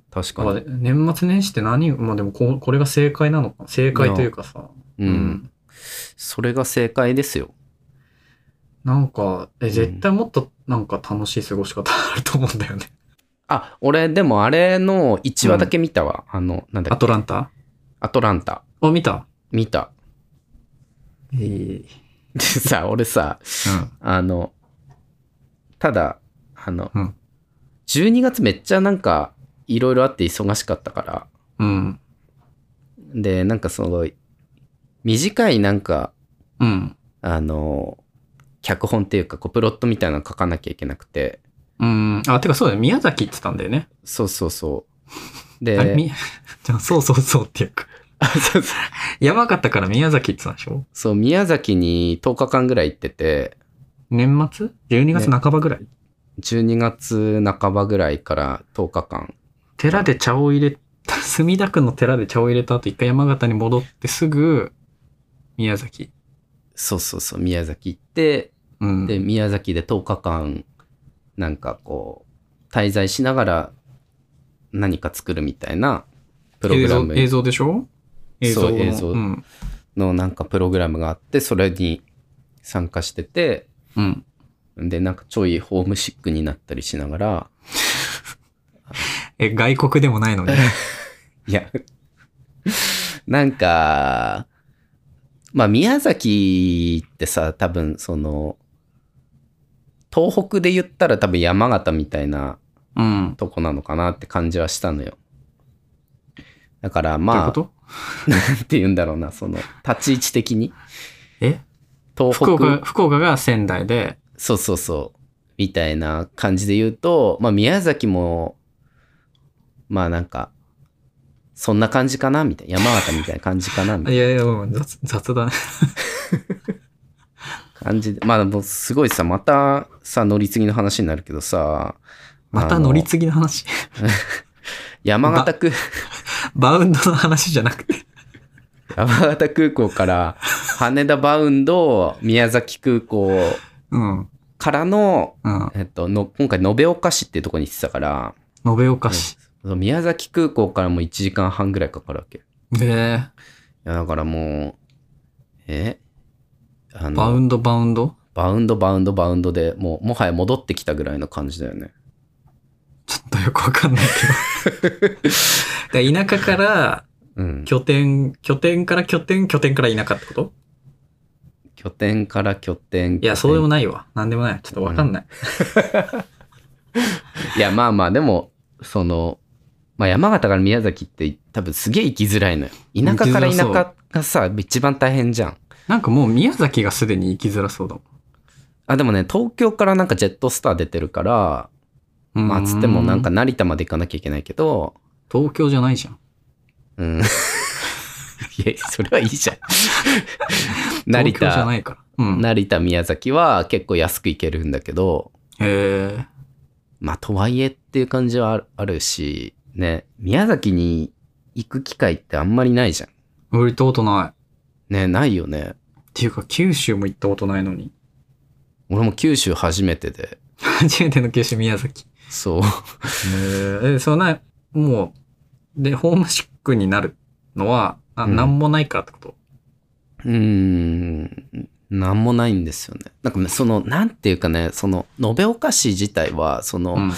C: 確
B: まあ
C: かに。
B: 年末年始って何まあでもこうこれが正解なのか正解というかさ、
C: うん。それが正解ですよ。
B: なんかえ
C: ん
B: 絶対もっとなんか楽しい過ごし方あると思うんだよね、
C: あ、俺、でもあれの1話だけ見たわ。あの、なんだ
B: ア
C: っけ、
B: トランタ
C: アトランタ。
B: あ見た
C: 見た。
B: えー
C: でさ、俺さ、あの、ただ、あの、
B: うん
C: 12月めっちゃなんか、いろいろあって忙しかったから、
B: うんうん
C: で、なんかその、短いなんか、
B: うん
C: あの、脚本っていうか、こう、プロットみたいなの書かなきゃいけなくて、
B: うんあてかそうだよ宮崎って言ってたんだよね、
C: そうそうそう。
B: え
C: で、
B: み じゃあそうそうそうっていうか
C: あそうそう
B: 山形から宮崎って言ってたんでしょ
C: そう、宮崎に10日間ぐらい行ってて、
B: 年末 ?12 月半ばぐらい、
C: 12月半ばぐらいから10日間。
B: 寺で茶を入れた墨田区の寺で茶を入れた後一回山形に戻ってすぐ宮崎
C: そうそうそう、宮崎行って、
B: うん
C: で宮崎で10日間なんかこう滞在しながら何か作るみたいなプログラム
B: 映像映像でしょ映像
C: そう映像
B: うん。
C: のなんかプログラムがあってそれに参加してて
B: うん。
C: でなんかちょいホームシックになったりしながら
B: え、外国でもないのに。
C: いやなんかまあ宮崎ってさ多分その東北で言ったら多分山形みたいな
B: うん。
C: とこなのかなって感じはしたのよ。だか
B: ど
C: ら
B: ういう
C: ま
B: こ
C: あ、
B: と
C: なんて言うんだろうな、その、立ち位置的に。
B: え
C: 東
B: 福岡、
C: 北、
B: 福岡が仙台で、
C: そうそうそう、みたいな感じで言うと、まあ宮崎も、まあなんか、そんな感じかなみたいな。山形みたいな感じかなみ
B: い
C: たいな
B: やいや、もう雑雑だね。
C: 感じで。まあもうすごいさ、またさ、乗り継ぎの話になるけどさ、
B: また乗り継ぎの話。
C: 山形 空
B: バウンドの話じゃなくて。
C: 山形空港から羽田バウンド、宮崎空港
B: うん。うん。
C: からの、
B: 延
C: えっと、の今回延岡市っていうとこに行ってたから、
B: 岡市。
C: そう宮崎空港からも1時間半ぐらいかかるわけ。い
B: で、
C: や、だからもう、えあの
B: バウンド、バウンド
C: バウンド、バウンド、バウンドで、もう、もはや戻ってきたぐらいの感じだよね。
B: ちょっとよくわかんないけど。だから田舎から
C: うん。
B: 拠点、拠点から拠点、拠点から田舎ってこと
C: 拠点から拠点。
B: いや、そうでも
C: な
B: ないわ。なんでもない。ちょっとわかんない。
C: い。いや、まあまあ、でも、その、まあ、山形から宮崎って多分すげえ行きづらいのよ。田舎から田舎がさ、一番大変じゃん。
B: なんかもう宮崎がすでに行きづらそうだもん。
C: あ、でもね、東京からなんかジェットスター出てるから、まあ、つってもなんか
B: うー
C: 成田まで行かなきゃいけないけど、
B: 東京じゃないじゃん。
C: うん。い や、それはいいじゃん。成
B: 東京じゃな
C: 田、
B: いから。うん。へ
C: 成田、宮崎は結構安く行けるんだけど、
B: え。
C: まあ、とはいえっていう感じはあるあるし、ね、宮崎に行く機会ってあんまりないじゃん。
B: 俺行ったことない。っ
C: ね、ないよね。
B: ていうか、九州も行ったことないのに。
C: 俺も九州初めてで、
B: 初めての九州、宮崎。へ
C: そう。
B: え。え、そんな、もう、で、ホームシックになるのは、あ、
C: うん
B: なんもないからってこと。
C: うーん、なんもないんですよね。なんかね、その、なんていうかね、その、延岡市自体は、その、
B: うん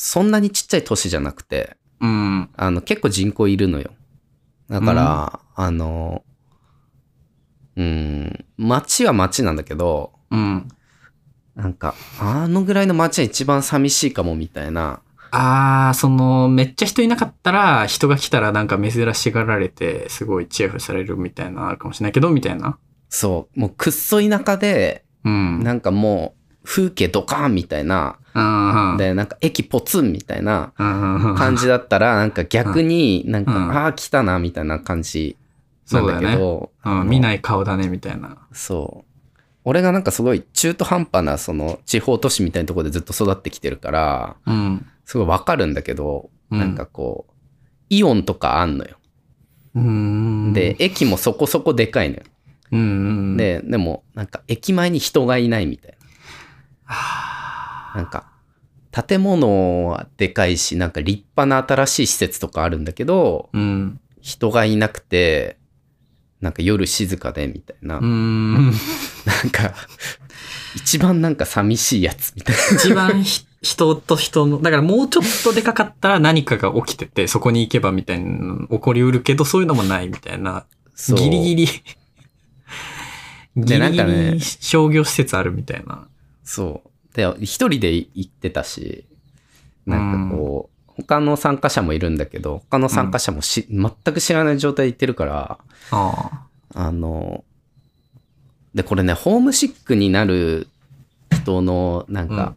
C: そんなにちっちゃい都市じゃなくて、
B: うん。
C: あの、結構人口いるのよ。だから、あの、うん、町は町なんだけど、
B: うん。
C: なんか、あのぐらいの町は一番寂しいかもみたいな。
B: あー、その、めっちゃ人いなかったら、人が来たらなんか珍しがられて、すごいチヤホヤされるみたいなのあるかもしれないけど、みたいな。
C: そう、もうくっそ田舎で、
B: うん。
C: なんかもう、風景ドカーンみたいな、
B: うん。
C: で、なんか駅ポツンみたいな
B: うん、
C: 感じだったら、なんか逆になんか、
B: うん
C: ああ、来たな、みたいな感じ
B: そ
C: なん
B: う
C: だ
B: だ
C: け
B: よね。
C: ど、
B: う
C: あの
B: ん、見ない顔だね、みたいな。
C: そう。俺がなんかすごい中途半端なその地方都市みたいなところでずっと育ってきてるから、
B: うん。
C: すごいわかるんだけど、
B: うん
C: なんかこう、イオンとかあんのよ。
B: うーん。
C: で、、駅もそこそこでかいのよ。
B: うんうん。、
C: で、でもなんか駅前に人がいないみたい
B: あ
C: な。なんか、建物はでかいし、なんか立派な新しい施設とかあるんだけど、
B: ーうん。
C: 人がいなくて、なんか夜静かでみたいな。
B: うーん。
C: なんか、一番なんか寂しいやつみたいな。
B: 一番ひ人と人の、だからもうちょっとでかかったら何かが起きてて、そこに行けばみたいなの起こりうるけど、そういうのもないみたいな。
C: そう
B: ギリギリ。ギ
C: でな
B: リ
C: ん
B: ギ
C: かね
B: リ商業施設あるみたいな。
C: そう。で、一人で行ってたし、なんかこう、他の参加者もいるんだけど、他の参加者もし、全く知らない状態で行ってるから、
B: あ
C: あの、で、これね、ホームシックになる人の、なんか、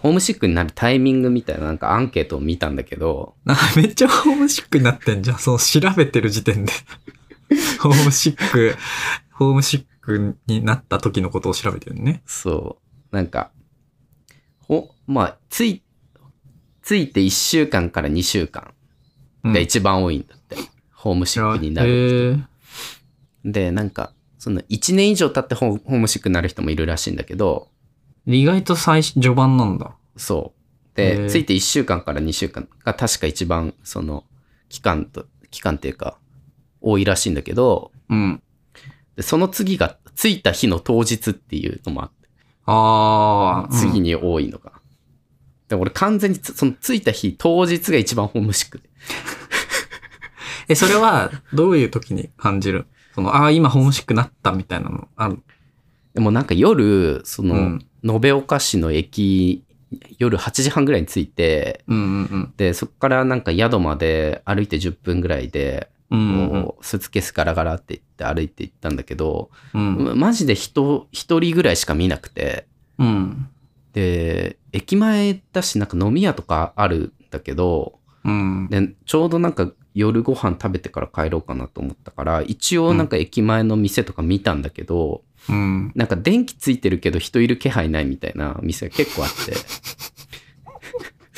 C: ホームシックになるタイミングみたいな、なんかアンケートを見たんだけど、
B: あ。めっちゃホームシックになってんじゃん。その調べてる時点で。 ホームシック、ホームシックになった時のことを調べてるね。
C: そう、なんか、ほ、まあ、つい、ついて1週間から2週間
B: うん
C: が一番多いんだって、ホームシックになる人
B: へー
C: で、なんか、その1年以上経ってホホームシックになる人もいるらしいんだけど、
B: 意外と最初、序盤なんだ。
C: そう。
B: へ
C: で、
B: ー
C: ついて1週間から2週間が確か一番、その、期間と、期間っていうか、多いらしいんだけど、
B: うん。
C: でその次が、ついた日の当日っていうのもあって、
B: ああ。
C: 次に多いのが。で、俺完全につ、そのついた日、当日が一番ホームシックで。
B: え、それは、どういう時に感じるその、ああ、今ホームシックなったみたいなのある
C: でもなんか夜、その、
B: うん
C: 延岡市の駅、夜8時半ぐらいに着いて、
B: うんうん
C: で、そこからなんか宿まで歩いて10分ぐらいで、
B: うん。うんうん
C: こうスーツケースガラガラって行って歩いて行ったんだけど、
B: うん。
C: マジで人、一人ぐらいしか見なくて、
B: うん。
C: で、駅前だし、なんか飲み屋とかあるんだけど、
B: うん。
C: で、ちょうどなんか夜ご飯食べてから帰ろうかなと思ったから、一応なんか駅前の店とか見たんだけど、
B: うん。
C: なんか電気ついてるけど人いる気配ないみたいな店が結構あって、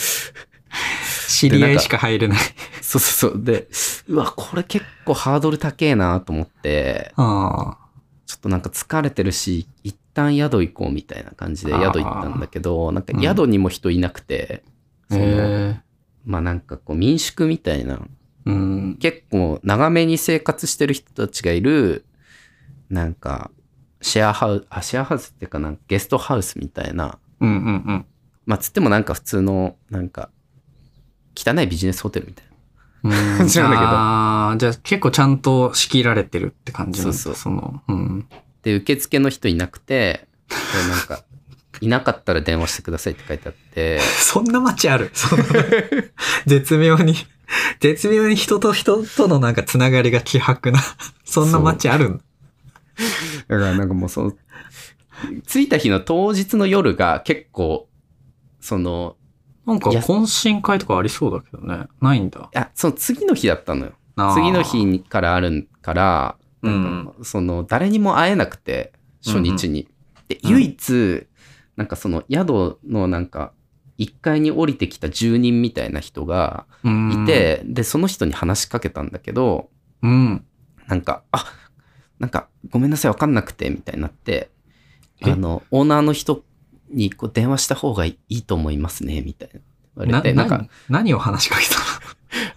B: 知り合いしか入れない。
C: そうそうそう。で、うわ、これ結構ハードル高えなと思って、
B: あ
C: ちょっとなんか疲れてるし、一旦宿行こうみたいな感じで
B: あー
C: 宿行ったんだけど、なんか
B: うん
C: 宿にも人いなくて、
B: あ。
C: その
B: へえ。
C: まあなんかこう民宿みたいな、
B: うん。
C: 結構長めに生活してる人たちがいる、なんかシェアハウス、あシェアハウスっていうかなんかゲストハウスみたいな、
B: うんうん うん。
C: まあつってもなんか普通の、なんか汚いビジネスホテルみたいな。
B: うん、
C: 知らないけど
B: ああ、じゃあ結構ちゃんと仕切られてるって感じなんだ。
C: そうそう
B: その、うん。
C: で、受付の人いなくて、でなんか、いなかったら電話してくださいって書いてあって、
B: そんな街ある その絶妙に、 絶妙に人と人とのなんかつながりが希薄な、 そんな街あるんだ
C: だからなんかもうその、着いた日の当日の夜が結構、その、
B: なんか
C: いや
B: 懇親会とかありそうだけどね。ないんだ。
C: あ、その次の日だったのよ。
B: あー
C: 次の日にからあるんから、なんかその、誰にも会えなくて、初日に。で、
B: うん
C: 唯一、なんかその宿のなんか、1階に降りてきた住人みたいな人がい、て、で、その人に話しかけたんだけど、
B: うんうん。
C: なんか、あなんか、ごめんなさい、わかんなくて、みたいになって、
B: え
C: あの、オーナーの人にこう電話した方がいいと思いますね、みたいな。言われて、なんか、
B: 何を話しかけたの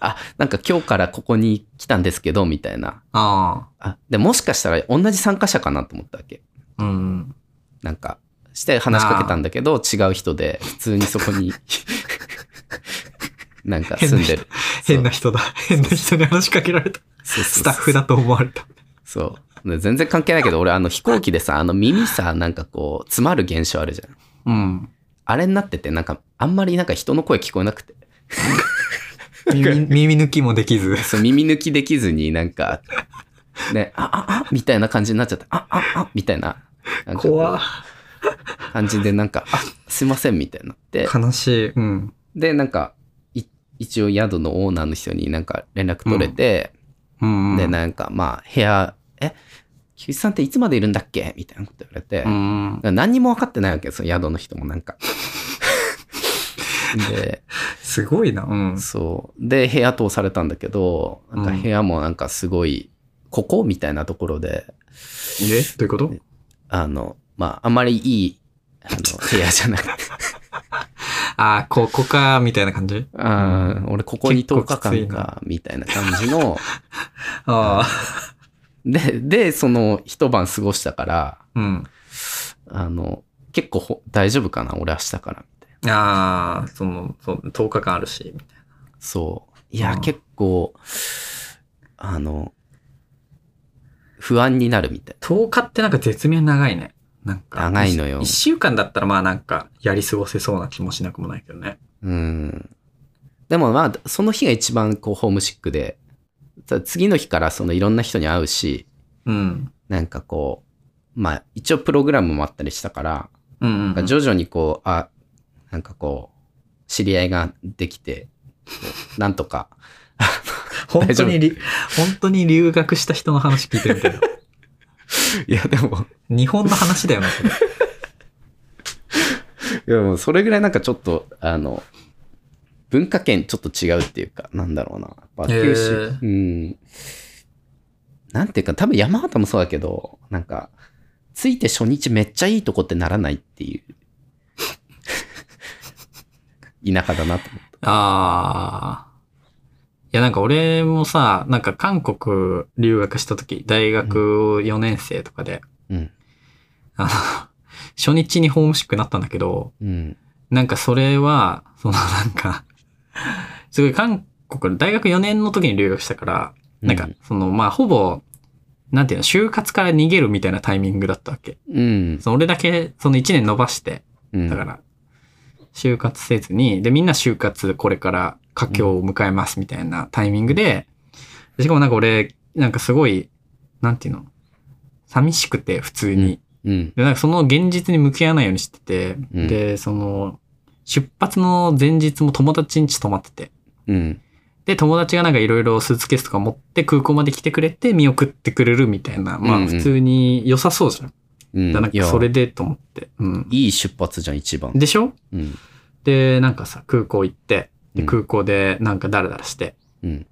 C: あ、なんか今日からここに来たんですけど、みたいな。
B: あ
C: あ、で、もしかしたら同じ参加者かなと思ったわけ。
B: あ。うん。
C: なんか、 して話しかけたんだけど、違う人で、普通にそこに。なんか住んでる。
B: 変な人だ。変な人に話しかけられた。
C: そうそうそう
B: スタッフだと思われた。
C: そう。で全然関係ないけど、俺あの飛行機でさ、あの耳さ、なんかこう、詰まる現象あるじゃ
B: う
C: ん。
B: ん。
C: あれになってて、なんか、あんまりなんか人の声聞こえなくて。
B: 耳耳抜きもできず。
C: そう、耳抜きできずになんか、ね、あ、あ、あ、みたいな感じになっちゃって、あ、あ、あ、みたいな。なんかこう
B: 怖
C: 感じでなんか、あ、すいません、みたいになって。
B: 悲しい。うん。
C: で、なんか、い一応宿のオーナーの人になんか連絡取れて、
B: うん、うん。
C: で、なんか、まあ、部屋、え、菊池さんっていつまでいるんだっけみたいなこと言われて、
B: うん。
C: 何にも分かってないわけですよ、宿の人もな んか。で、
B: すごいな。うん。
C: そう。で、部屋通されたんだけど、なんか部屋もなんかすごい、ここみたいなところで、
B: えどういうこと
C: あの、まあ、あまりいい、あ の、部屋じゃなくて、
B: ああ、ここか、みたいな感じ
C: あー俺ここに
B: 結構
C: 10
B: きつ
C: 日
B: い
C: 間
B: な
C: か、みたいな感じの、
B: あ
C: で、で、その一晩過ごしたから、
B: あ。うん。
C: あの、結構ほ大丈夫かな俺明日から、みたいな。
B: ああ、その、そう、10日間あるし、みたい
C: そう。いうや、
B: ん
C: 結構、あの、不安になるみたい。
B: な。10日ってなんか絶妙に長いね。なんか。
C: 長いのよ
B: 1週間だったらまあなんか、やり過ごせそうな気もしなくもないけどね。
C: うん。でもまあ、その日が一番こう、ホームシックで、ただ次の日からそのいろんな人に会うし、
B: うん。
C: なんかこう、まあ、一応プログラムもあったりしたから、
B: うんうん、
C: なんか徐々にこう、あ、なんかこう、知り合いができて、こうなんとか、
B: 本当にり、本当に留学した人の話聞いてるみたいな。
C: いや、でも、
B: 日本の話だよな、それ。
C: いや、もうそれぐらいなんかちょっと、あの、文化圏ちょっと違うっていうか、なんだろうな。やっぱ
B: へー
C: 九州、うん。なんていうか、多分山形もそうだけど、なんか、ついて初日めっちゃいいとこってならないって いう、田舎だなと思って。
B: ああ。いや、なんか俺もさ、なんか韓国留学した時、大学4年生とかで、
C: うん。
B: あの、初日にホームシックになったんだけど、
C: うん。
B: なんかそれは、そのなんか、すごい韓国、大学4年の時に留学したから、なんか、その、まあ、ほぼ、なんていうの、就活から逃げるみたいなタイミングだったわけ。
C: うん。
B: その俺だけ、その1年伸ばして、
C: うん。
B: だから、就活せずに、で、みんな就活これから佳境を迎えますみたいなタイミングで、しかもなんか俺、なんかすごい、なんていうの、寂しくて、普通に。
C: うん。
B: で、なんかその現実に向き合わないようにしてて、
C: うん
B: で、その、出発の前日も友達ん家泊まってて、
C: うん。
B: で、友達がなんかいろいろスーツケースとか持って空港まで来てくれて見送ってくれるみたいな、ま
C: うん
B: あ
C: うん
B: 普通に良さそうじゃん。
C: うん。
B: だからなん
C: いや
B: かそれでと思って。うん。
C: いい出発じゃん、一番。
B: でしょ
C: うん。
B: で、なんかさ、空港行って、で
C: うん
B: 空港でなんかダラダラして、
C: うん。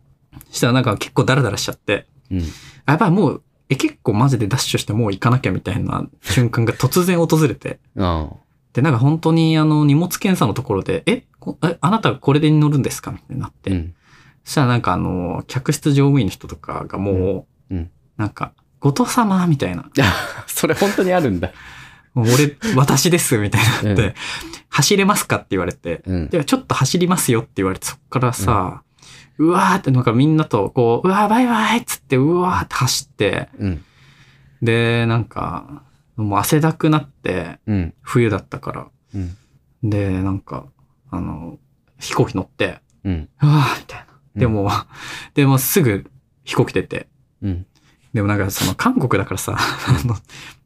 B: したらなんか結構ダラダラしちゃって、
C: うん。
B: あやばいもう、え、結構マジでダッシュしてもう行かなきゃみたいな瞬間が突然訪れて、
C: あ
B: で、なんか本当にあの荷物検査のところで、え、こえあなたはこれで乗るんですかみたいになっ
C: あ。
B: て、
C: うん。
B: そしたらなんかあの、客室乗務員の人とかがもう、
C: うんうん
B: なんか、ごと様みたいな、
C: それ本当にあるんだ。
B: もう俺、私 ですみたいにな って、
C: う
B: 走れますかって言われて、
C: うん。
B: で、ちょっと走りますよって言われて、そっからさ、うわーってなんかみんなとこう、うわーバイバイっつって、うわーって走って、
C: うん。
B: で、なんか、もう汗だくなって、
C: うん。
B: 冬だったから。
C: うん。
B: で、なんか、あの、飛行機乗って、
C: うん。
B: うわーみたいな。でも、 でもすぐ飛行機出て、
C: うん。
B: でもなんかその韓国だからさ、あの、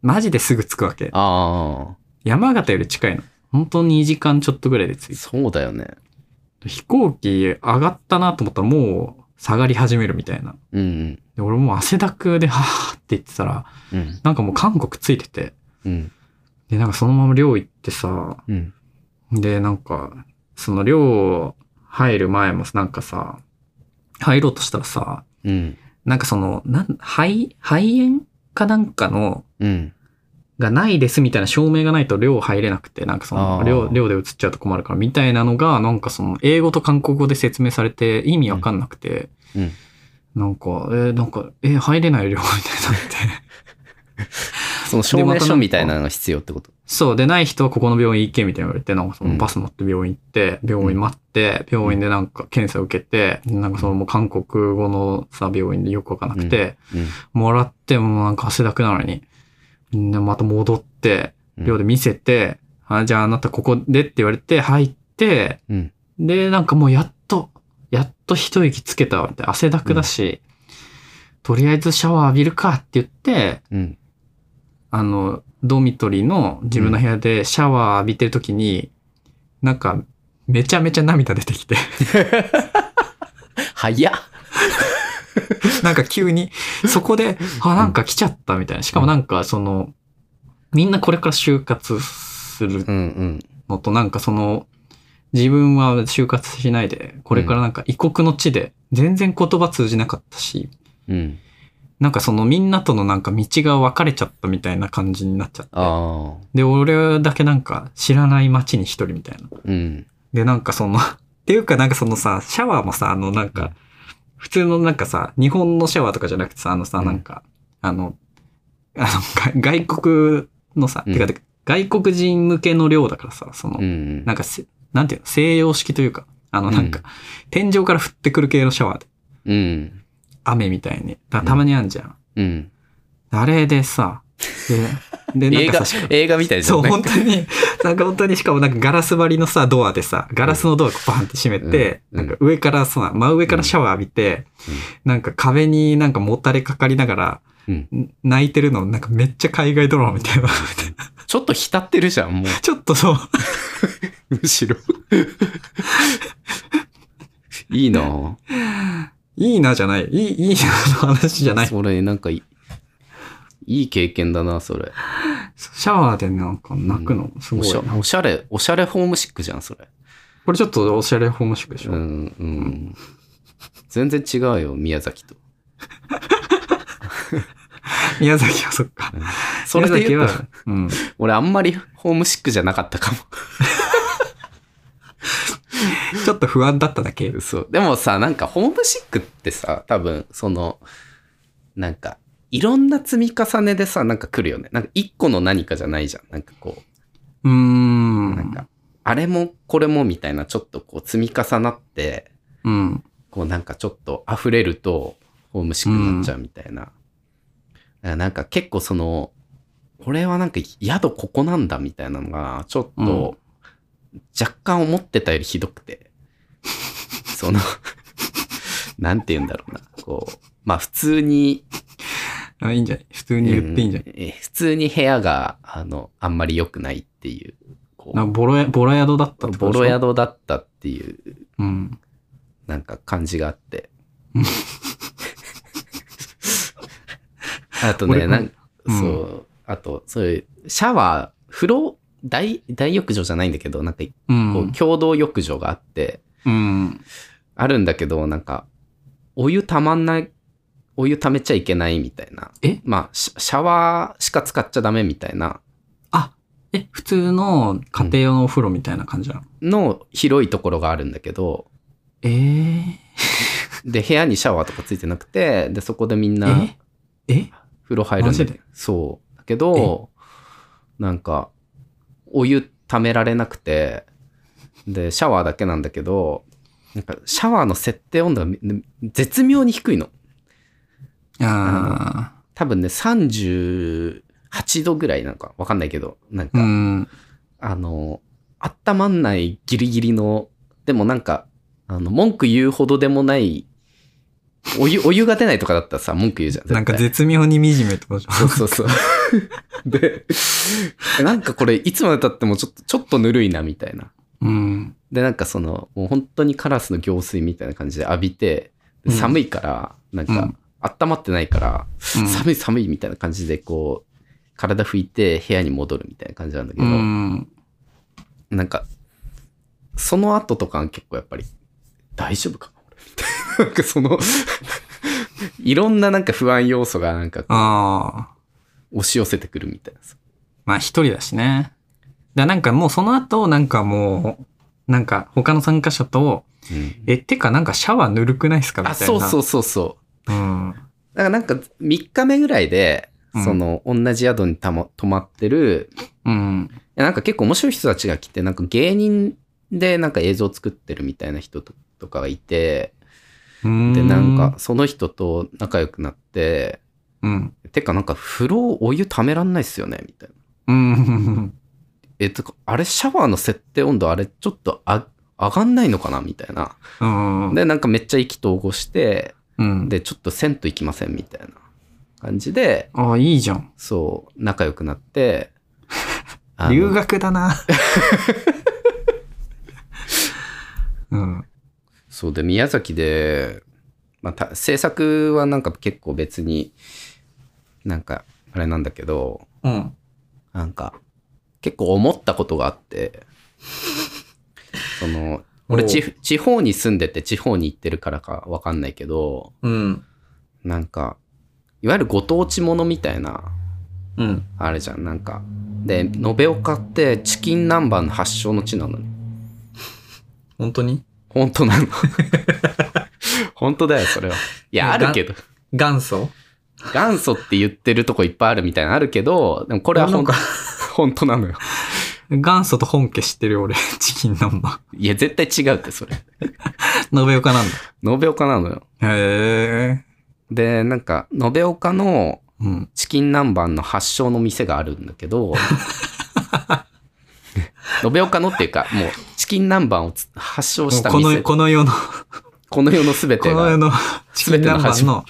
B: マジですぐ着くわけ。
C: あ
B: 山形より近いの。本当に2時間ちょっとぐらいで着い
C: あ、
B: て
C: そうだよね。
B: 飛行機上がったなと思ったらもう下がり始めるみたいな。
C: うん
B: で、俺もう汗だくで、はぁって言ってたら、
C: うん。うん。
B: なんかもう韓国ついてて、
C: うん。
B: で、なんかそのまま寮行ってさ、
C: うん。
B: で、なんか、その寮入る前もなんかさ、入ろうとしたらさ、
C: うん。
B: なんかその、なん、肺、肺炎かなんかの、
C: うん。
B: がないですみたいな証明がないと寮入れなくて、なんかその
C: あー
B: 寮、寮で移っちゃうと困るからみたいなのが、なんかその英語と韓国語で説明されて意味わかんなくて、
C: うんうん
B: なんか、えーなんか、えー入れない寮みたいになって。
C: その証明書みたいなのが必要ってこと。
B: そう、でない人はここの病院行けみたいに言われて、なんかそ
C: うん
B: のバス乗って病院行って、病院待って、病院でなんか検査受けて、なんかそのもう韓国語のさ、病院でよくわかんなくて、もらってもなんか汗だくなのに、で、また戻って、
C: うん
B: 寮で見せて、あ、じゃああなたここでって言われて入って、
C: うん
B: で、なんかもうやっと、やっと一息つけたわって、汗だくだし、とりあえずシャワー浴びるかって言って、
C: うん。
B: あの、ドミトリーの自分の部屋でシャワー浴びてる時に、なんか、めちゃめちゃ涙出て きて、
C: 早っ
B: なんか急に、そこで、あ、なんか来ちゃったみたいな。しかもなんか、その、みんなこれから就活する
C: うんうん。
B: のとなんかその自分は就活しないでこれからなんか異国の地で全然言葉通じなかったし、
C: うん。
B: なんかそのみんなとのなんか道が分かれちゃったみたいな感じになっちゃって
C: ああ。
B: で俺だけなんか知らない街に一人みたいな
C: うん。
B: でなんかその っていうかなんかそのさシャワーもさあのなん
C: うん
B: か普通のなんかさ日本のシャワーとかじゃなくてさあのさ
C: うん
B: なんか、あのあのが外国のさ、
C: うん
B: てかてか外国人向けの量だからさその、
C: うん。
B: なんかせ、なんていうの、西洋式というか、あ
C: う
B: の、
C: ん
B: なんか、天井から降ってくる系のシャワーで、
C: うん。
B: 雨みたいに。だたまにあんじゃん。
C: うん。
B: あれでさ、で、で、
C: 映
B: なんかさ
C: 画
B: しか、
C: 映画みたいです
B: そう、
C: よね。
B: 本当に、なんか本当に、しかもなんかガラス張りのさ、ドアでさ、ガラスのドアバンって閉めて、
C: うんうん
B: なんか上からさ、真上からシャワー浴びて、なんか壁になんかもたれかかりながら、
C: うん
B: 泣いてるの、なんかめっちゃ海外ドラマみたいな。
C: ちょっと浸ってるじゃん、も
B: ちょっとそう、
C: う。むしろ。 いいない
B: いなじゃない。いい、いいなの話じゃない。
C: それ、なんかいい、いい経験だな、それ。
B: シャワーでなんか泣くの、すご
C: お
B: い
C: し
B: な
C: ゃ。おしゃれ、おしゃれホームシックじゃん、それ。
B: これちょっとおしゃれホームシックでしょ、
C: うん、うん。全然違うよ、宮崎と。
B: 宮崎はそっか。
C: それで言う
B: 宮
C: と
B: 崎は、うん。
C: 俺あんまりホームシックじゃなかったか
B: ちょっと不安だっただけ
C: も。。そう。でもさ、なんかホームシックってさ、多分、その、なんか、いろんな積み重ねでさ、なんか来るよね。なんか一個の何かじゃないじゃん。なんかこう、
B: うーん。
C: なんか、あれもこれもみたいな、ちょっとこう積み重なって、
B: うん。
C: こうなんかちょっと溢れると、ホームシックになっちゃうみたいな。だからなんか結構その、これはなんか宿ここなんだみたいなのが、ちょっと、若干思ってたよりひどくて、その、なんて言うんだろうな。こう、まあ普通に、
B: あいいんじゃない普通に言っていいんじゃない、
C: うんえ普通に部屋が、あの、あんまり良くないっていう、こ
B: なん
C: う、
B: かボロや、ボロ宿だったってこ
C: ボ
B: とでしょ
C: ロ。宿だったっていう
B: うん。
C: なんか感じがあ って
B: うん。
C: あと
B: 俺
C: ね、
B: も
C: なん
B: うん
C: そう、あと、そういう、シャワー、風呂、大、大浴場じゃないんだけど、なんか、
B: う
C: こ
B: ん
C: う、。共同浴場があって、
B: うん。
C: あるんだけど、なんか、お湯たまんない、お湯ためちゃいけないみたいな。
B: え
C: まあ、シャシャワーしか使っちゃダメみたいな
B: え、普通の家庭用のお風呂みたいな感じなの、
C: の広いところがあるんだけど、
B: ええ
C: で、部屋にシャワーとかついてなくて、で、そこでみんな、
B: ー。ええ
C: 風呂入るんだ
B: マジで
C: そう。だけど、なんか、お湯ためられなくて、で、シャワーだけなんだけど、なんか、シャワーの設定温度がめ絶妙に低いの。
B: あ
C: 多分ね、38度ぐらいなんか、わかんないけど、なん
B: あ。
C: か、
B: うん。
C: あの、温まんないギリギリの、でもなんか、あの、文句言うほどでもない、お湯、お湯が出ないとかだったらさ、文句言うじゃん。絶対
B: なんか絶妙に惨めってことじゃ
C: そうそうそう。で、なんかこれいつまで経ってもちょっと、ちょっとぬるいなみたいな。
B: ん。うん。
C: で、なんかその、もう本当にカラスの行水みたいな感じで浴びて、
B: うん
C: で寒いから、なん
B: う
C: か
B: ん、
C: 温まってないから、
B: うん
C: 寒い寒いみたいな感じで、こう、体拭いて部屋に戻るみたいな感じなんだけ
B: う
C: ど、
B: ん。
C: なんか、その後とかは結構やっぱり、大丈夫かな俺みたいななんかその、いろんななんか不安要素がなんかこう
B: ああ。
C: 押し寄せてくるみたいなさ。
B: まあ一人だしね。だなんかもうその後、なんかもう、なんか他の参加者と、
C: うん
B: え、てかなんかシャワーぬるくないですかみた
C: あ、
B: いな。。
C: そうそううそうそう。
B: うん。
C: だからなんか3日目ぐらいで、
B: うん
C: その、同じ宿にたま泊まってる、
B: う
C: い
B: ん。
C: やなんか結構面白い人たちが来て、なんか芸人でなんか映像作ってるみたいな人ととかがいて、で、
B: で
C: なんか、その人と仲良くなって、
B: うん。
C: てかなんか風呂お湯ためらんないっすよね、みたいな。
B: うん。
C: え、とか、あれシャワーの設定温度あれちょっとあ上がんないのかなみたいな。
B: うん。
C: で、なんかめっちゃ意気投合して、
B: うん。
C: で、ちょっと銭湯行きませんみたいな感じで、
B: ああ、いいじゃん。
C: そう、仲良くな って、あの
B: 留学だ な。うん。
C: そうで、宮崎で、まあ、た制作はなんか結構別に、なんか、あれなんだけど、
B: うん。
C: なんか、結構思ったことがあ って、その、俺
B: おう
C: 地、地方に住んでて地方に行ってるからかわかんないけど、
B: うん。
C: なんか、いわゆるご当地ものみたいな、
B: うん。
C: あれじゃん、なんか。で、延岡ってチキン南蛮の発祥の地なのに。
B: 本当に
C: 本当なの。 本当だよ、それは。いや、あるけど。
B: 元祖
C: 元祖って言ってるとこいっぱいあるみたいなのあるけど、でもこれは
B: な
C: 本
B: ん
C: 当
B: か、
C: 本当 なのよ。
B: 元祖と本家知ってるよ俺。 チキン南蛮。
C: いや、絶対違うって、それ。
B: 延岡なんだ。
C: 延岡なのよ。
B: へえ。
C: で、なんか、延岡の
B: うん。
C: チキン南蛮の発祥の店があるんだけ ど、延岡のっていうか、もう、チキン南蛮をつ発祥
B: も
C: し
B: う
C: た
B: こ
C: 店。
B: の、
C: この
B: この世の、
C: 世の全
B: こ
C: て
B: の世
C: が、
B: のチキン南蛮の、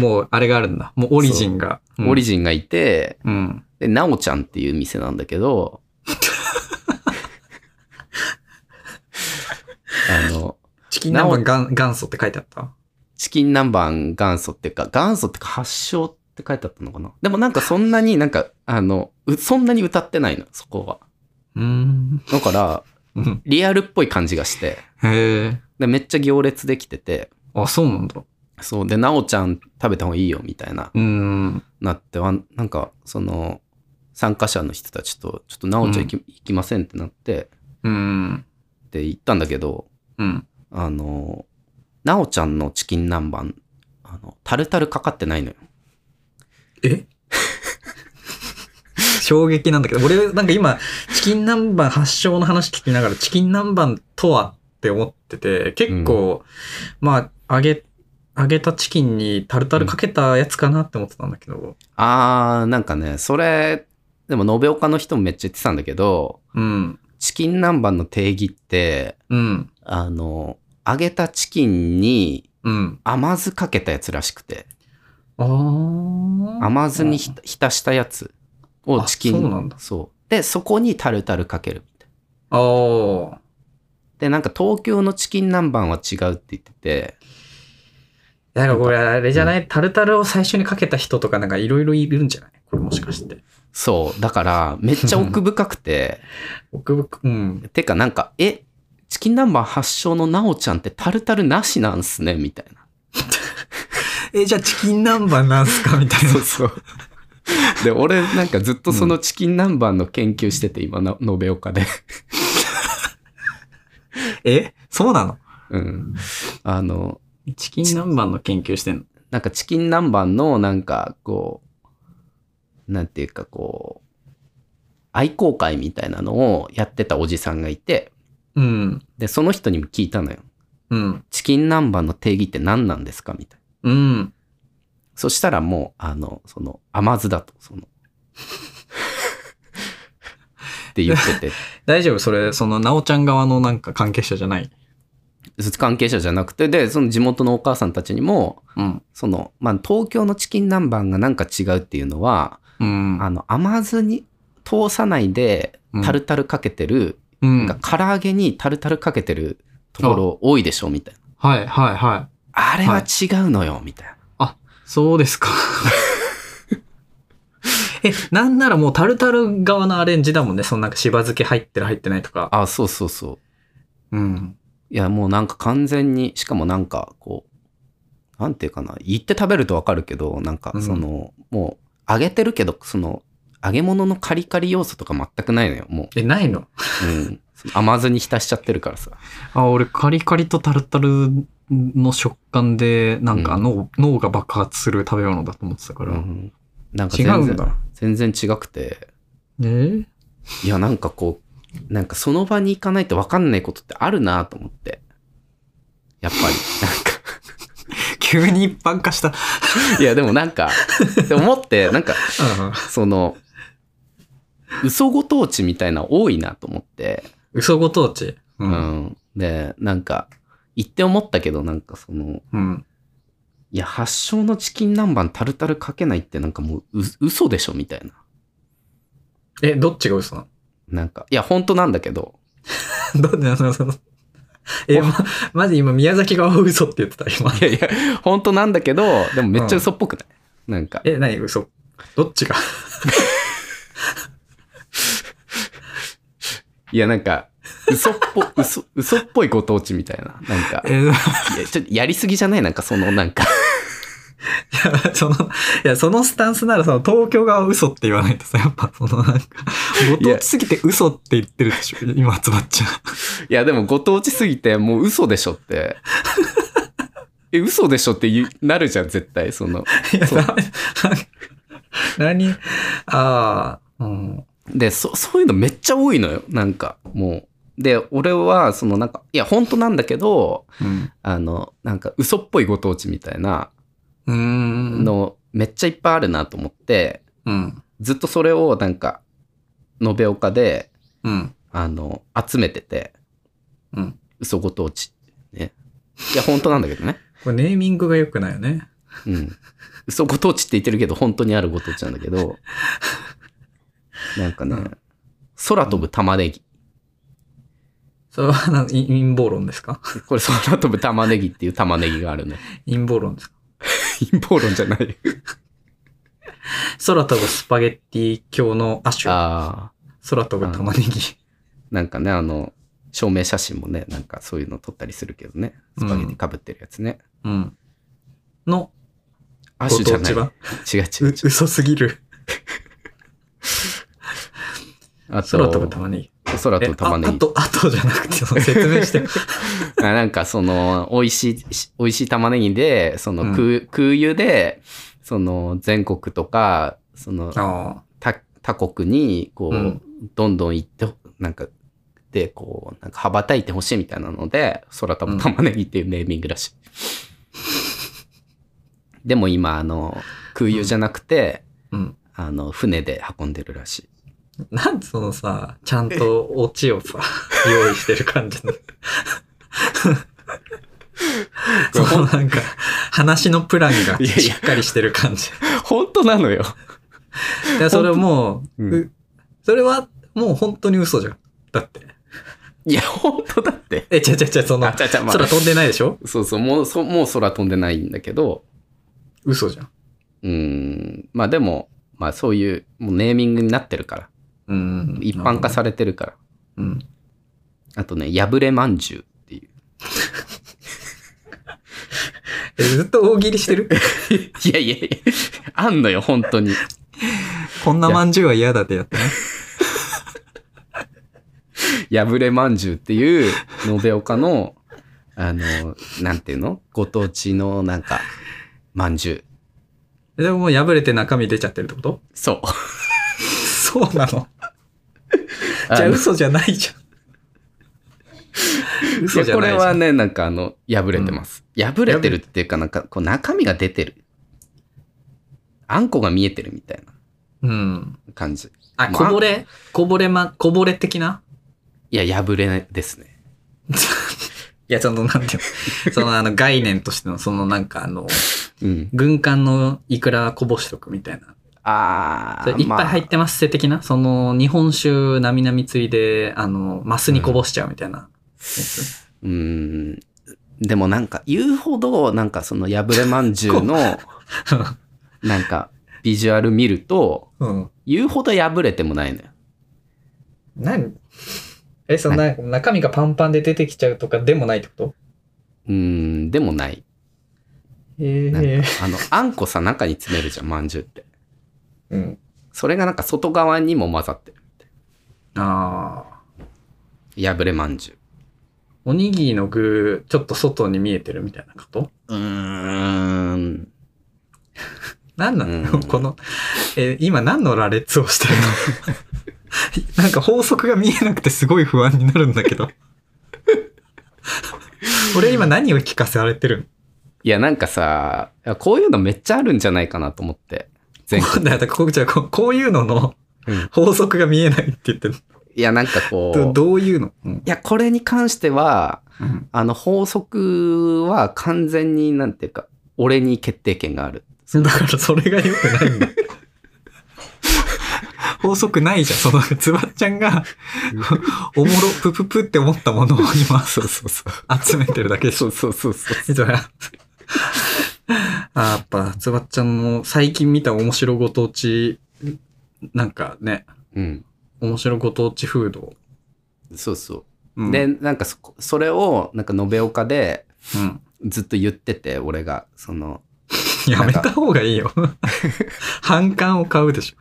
B: もうあれがあるんだ。もうオリジンが。
C: オリジンがいて、
B: ン。うん。
C: で、なおちゃんっていう店なんだけど、あの、
B: チキン南蛮元元祖って書いてあった
C: チキン南蛮元祖っていうか、元祖っていうか発祥って書いてあったのかな。でもなんかそんなになんか、あの、うそんなに歌ってないの、そこは。
B: うーん。
C: だから、
B: うん。
C: リアルっぽい感じがして、
B: へえ。
C: でめっちゃ行列できてて、
B: あ、そうなんだ。
C: そう、で、なおちゃん食べた方がいいよ、みたいな、
B: うーん。
C: なっては、なんか、その、参加者の人たちと、ちょっとなおちゃん行き,、行きませんってなって、
B: うーん。
C: で、行ったんだけど、
B: うん。
C: あの、なおちゃんのチキン南蛮、あの、タルタルかかってないのよ。
B: え 衝撃なんだけど、俺なんか今、チキン南蛮発祥の話聞きながら、チキン南蛮とはって思ってて、結構、まあ、揚げ、揚げたチキンにタルタルかけたやつかなって思ってたんだけど、
C: あー、なんかね、それ、でも延岡の人もめっちゃ言ってたんだけど、
B: うん、
C: チキン南蛮の定義って、
B: うん、
C: あの、揚げたチキンに
B: うん。
C: 甘酢かけたやつらしくて、
B: あー。
C: 甘酢にひ浸したやつを
B: あ
C: チキン、
B: そうなんだ
C: そうで、そこにタルタルかけるみたいな。
B: あー。
C: で、なんか東京のチキン南蛮は違うって言ってて、
B: なんかこれあれじゃない、タルタルを最初にかけた人とかなんかいろいろいるんじゃないこれもしかして。
C: そう、だから、めっちゃ奥深くて、
B: 奥深うん。
C: てかなんか、え、チキン南蛮発祥のなおちゃんってタルタルなしなんすね、みたいな。
B: え、じゃあチキン南蛮なんすかみたいな。
C: そうそう。で、俺なんかずっとそのチキン南蛮の研究してて、今な、延岡で。
B: えそうなの
C: うん。あの、
B: チキン南蛮の研究してんの
C: なんかチキン南蛮のなんかこう、なんていうかこう、愛好会みたいなのをやってたおじさんがいて、
B: うん。
C: で、その人にも聞いたのよ。
B: うん。
C: チキン南蛮の定義って何なんですかみたいな。
B: うん。
C: そしたらもう、あの、その、甘酢だと、その。 って言って
B: 大丈夫それ、その、なおちゃん側のなんか関係者じゃない。
C: て、関係者じゃなくて、で、その地元のお母さんたちにも、
B: うん。
C: その、まあ、東京のチキン南蛮がなんか違うっていうのは、
B: うん。
C: あの、甘酢に通さないで
B: うん、
C: タルタルかけてる、
B: うん。
C: なんか唐揚げにタルタルかけてるところ多いでしょ、みたいな。
B: はい、はい、はい。
C: あれは違うのよ、みたいな。
B: そうですか。 え、なんならもうタルタル側のアレンジだもんね。そのなんかしば漬け入ってる入ってないとか。
C: あ、そうそうそう。
B: うん。
C: いや、もうなんか完全に、しかもなんかこう、なんていうかな、言って食べるとわかるけど、なんか
B: うん
C: その、もう揚げてるけど、その、揚げ物のカリカリ要素とか全くないのよ、も
B: え、ないの
C: う。 うん。その甘酢に浸しちゃってるからさ。
B: あ、俺、カリカリとタルタルの食感で、なんか
C: うん
B: 脳、脳が爆発する食べ物だと思ってたか
C: う
B: ら。
C: んなんか
B: 違
C: 全
B: うん
C: 然
B: だ。
C: 全然違くて
B: えー
C: いやなんかこうなんかその場に行かないと分かんないことってあるなと思ってやっぱりなんか
B: 急に一般化した。
C: いや、でもなんか、って思って、なんか、
B: うん
C: その、嘘ご当地みたいな多いなと思って、
B: 嘘ご当地。う。
C: うんん。で、なんか、言って思ったけど、なんかその、
B: うん。
C: いや、発祥のチキン南蛮タルタルかけないってなんかもうう、嘘でしょみたいな。
B: え、どっちが嘘な
C: なんか、いや、本当なんだけど、
B: の どっちなのそのえ、ま、まじ今宮崎が嘘って言ってた、今。
C: いやいや、本当なんだけど、でもめっちゃ嘘っぽくない、なんか、
B: え、何嘘どっちが
C: いや、なんか、嘘っぽ、嘘、嘘っぽいご当地みたいな。なんか、
B: え、
C: いやちょっとやりすぎじゃないなんかその、なんか、
B: その、いや、そのスタンスなら、その東京側は嘘って言わないとさ、やっぱそのなんか、ご当地すぎて嘘って言ってるでしょ、 今、つばっちゃん。
C: いや、でもご当地すぎて、もう嘘でしょって。え、嘘でしょって言うなるじゃん、絶対。その。
B: いや、
C: そう
B: ダメ何ああ、うん。
C: で、そ、そういうのめっちゃ多いのよ。なんか、もう。で、俺は、そのなんか、いや、本当なんだけど、
B: うん。
C: あの、なんか、嘘っぽいご当地みたいな
B: うーん。
C: の、めっちゃいっぱいあるなと思って、
B: うん。
C: ずっとそれを、なんか、延岡で、
B: うん。
C: あの、集めてて、
B: うん。
C: 嘘ご当地。ね。いや、本当なんだけどね。
B: これネーミングが良くないよね。
C: うん。嘘ご当地って言ってるけど、本当にあるご当地なんだけど、なんかね、
B: うん
C: 空飛ぶ玉ねぎ。
B: それは、な陰陰謀論ですか
C: これ空飛ぶ玉ねぎっていう玉ねぎがあるね。
B: 陰謀論ですか
C: 陰謀論じゃない。
B: 空飛ぶスパゲッティ教の亜種。
C: ああ。
B: 空飛ぶ玉ねぎ。
C: なんかね、あの、証明写真もね、なんかそういうの撮ったりするけどね。スパゲティかぶってるやつね。
B: うん。の、
C: ア
B: ご
C: ッシュじゃ
B: 当
C: ない。
B: 地
C: 違
B: は
C: う違
B: う
C: う違う。
B: 嘘すぎる。
C: あと、
B: 空飛ぶ玉ねぎ。
C: 空飛ぶ玉
B: え
C: ね
B: ああと、あとじゃなくて、その説明して。
C: ぎ。あなんかその、美味しい、美味しい玉ねぎで、その
B: うん
C: 空、空輸で、その全国とか、その、
B: あ
C: 他他国にこう、
B: うん
C: どんどん行ってなんかでこうなんか羽ばたいてほしいみたいなので空飛ぶ玉ねぎっていうネーミングらしい、 でも今あの空輸じゃなくて、
B: うん。
C: あの船で運んでるらしい
B: なんでそのさ、ちゃんとオチを さ、用意してる感じの。 そのなんか、話のプランが
C: いやいや
B: しっかりしてる感じ。
C: 本当なのよ
B: で、それもう、
C: うん
B: うそれはもう本当に嘘じゃん。だって。
C: いや本当だって
B: え、ちゃちゃちゃ、その
C: あ、ちゃちゃまあ
B: 空飛んでないでしょ
C: そうそうもうそもう空飛んでないんだけど
B: 嘘じゃん。
C: うーんまあでもまあそういうもうネーミングになってるから
B: うん
C: 一般化。されてるから
B: うん。
C: あとね破れまんじゅうっていう
B: え、ずっと大喜利して る
C: いやいやいや、あんのよ、本当に。
B: こんなまんじゅうは嫌だってやってね。
C: 破れまんじゅうっていう、延岡の、あの、なんていうのご当地の、なんか、まんじゅう。
B: えでももう破れて中身出ちゃってるってこと
C: そう。
B: そう なの。じゃあ
C: あの
B: 嘘じゃないじゃん。嘘
C: い
B: じ
C: や
B: ゃ
C: こ
B: ない
C: れ
B: じゃ
C: は
B: ん。
C: ね、なんかあの、破れてます。破れてるっていうか、なんか、こう、中身が出てる。あんこが見えてるみたいな
B: うん。
C: 感じ。
B: あ、
C: まあ
B: こぼれ、こぼれま、こぼれ的ない
C: や、破れですね。
B: いや、その、なんていう の、その、あの、概念としての、その、なんか、あの、
C: うん。
B: 軍艦のいくらこぼしとくみたいな。
C: あ
B: そ
C: ー
B: れいっぱい入ってますせ的な、その、日本酒、なみなみついで、あの、マスにこぼしちゃうみたいなやつ。
C: うーん。でもなんか言うほど、なんかその破れまんじゅうの、 なんかビジュアル見ると、
B: うん。
C: 言うほど破れてもないのよ。
B: 何え、そのな、中身がパンパンで出てきちゃうとかでもないってこと
C: うーん、でもない。
B: え
C: なんか、あの、あんこさ中に詰めるじゃん、まんじゅうって。
B: うん。
C: それがなんか外側にも混ざって
B: ああ。
C: る。破れまんじゅ
B: おにぎりの具、ちょっと外に見えてるみたいなこと
C: う。うーん。
B: 何なの、
C: うん
B: この、えー今何の羅列をしてる のなんか法則が見えなくてすごい不安になるんだけ ど。俺今何を聞かせられてる
C: いや、なんかさ、いやこういうのめっちゃあるんじゃないかなと思って。全
B: の
C: 国。
B: だからこうじゃあこうこういうのの
C: うん
B: 法則が見えないって言ってる
C: いや、なんかこ
B: ど
C: う。
B: どういうの、うん
C: いや、これに関しては、あの、法則は完全になんていうか、俺に決定権がある。
B: だからそれが良くないんだ。法則ないじゃん。その、つばっちゃんが、おもろ、ぷぷぷって思ったものを今、そうそうそう。集めてるだけでしょ。
C: うそうそうそう。
B: だからあやっぱ、つばっちゃんも最近見た面白ご当地、なんかね、
C: うん。
B: 面白ご当地フード。
C: そうそう。
B: うん、
C: で、なんかそこ、それを、なんか延岡で
B: うん。
C: ずっと言ってて、俺が、その、
B: やめた方がいい よ。反感を買うでしょ。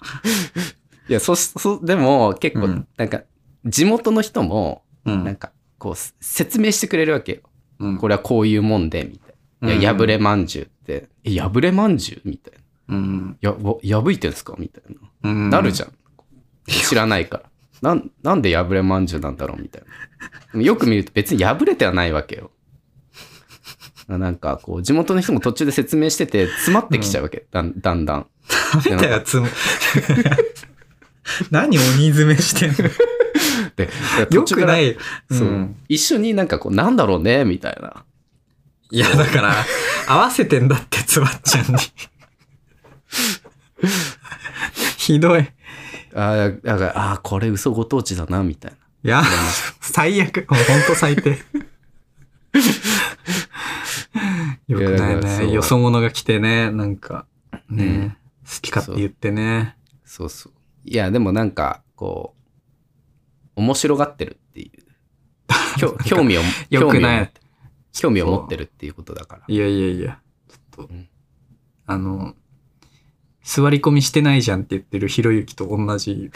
C: いや、そし、そ、でも、結
B: う
C: 構
B: ん、
C: なんか、地元の人も、
B: う
C: なん
B: ん。
C: か、こう、せ説明してくれるわけよ。
B: うん、
C: これはこういうもんで、みたいな。いや、
B: うん
C: 破れまんじゅうって、え、破れまんじゅうみたいな。
B: うん。
C: や、わ破いてんすかみたいな。
B: うん。
C: なるじ
B: ゃ
C: ゃん。知らないから。なん、なんで破れまんじゅうなんだろうみたいな。よく見ると別に破れてはないわけよ。なんか、こう、地元の人も途中で説明してて、詰まってきちゃうわけ。だんだんだん。
B: ん。食べたやつ も。何鬼詰めしてんの
C: で、
B: よ
C: 途中
B: く
C: か
B: な
C: ら
B: い。。
C: そううん一緒になんかこう、なんだろうねみたいな。
B: いや、だから、合わせてんだって、つばっちゃ んに。ひどい。い
C: ああ、だから、ああー、これ嘘ご当地だな、みたいな。
B: や、最悪。もうほんと最低。よくない
C: いやだからそ
B: ね。
C: う
B: よそ者が来てね、なんか、ね、
C: うん
B: 好き勝手言ってね。
C: そうそう。いや、でもなんか、こう、面白がってるっていう。きょ興味を、
B: よくな
C: 興味を
B: い。
C: 興味を持ってるっていうことだから。
B: いやいやいや、ちょっと、
C: うん
B: あの、座り込みしてないじゃんって言ってるひろゆきと同 じ。
C: い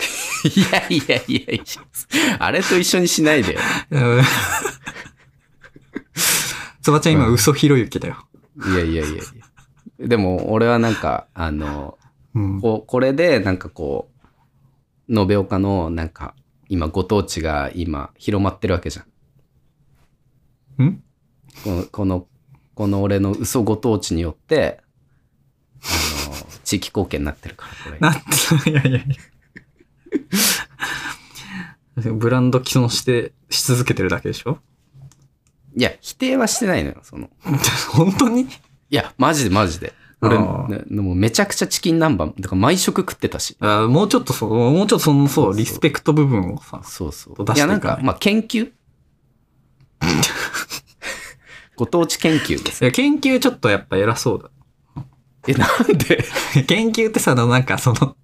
C: やいやいやいや、あれと一緒にしないでよ。
B: うんつばちゃん今
C: うん
B: 嘘ひろゆきだよ。
C: いやいやいやいや。でも、俺はなんか、あの、
B: うん。
C: ここれで、なんかこう、延岡の、なんか、今、ご当地が今、広まってるわけじゃん。
B: ん
C: この、この、この俺の嘘ご当地によって、あの、地域貢献になってるから、これ。
B: なんて、いやいやいや。ブランド既存して、し続けてるだけでしょ
C: いや、否定はしてないのよ、その。
B: 本当に
C: いや、マジでマジで。俺、
B: あー
C: ねもうめちゃくちゃチキン南蛮、だから毎食食ってたし。
B: あもうちょっとそう、もうちょっとその、そ
C: そう
B: う、
C: そう
B: リスペクト部分をさ。
C: そうそ
B: 出していかない
C: う。いや、なんか、まあ、研 究ご当地研究です。
B: いや研究ちょっとやっぱ偉そうだ。
C: え、なんで
B: 研究ってさ、あのなんかその、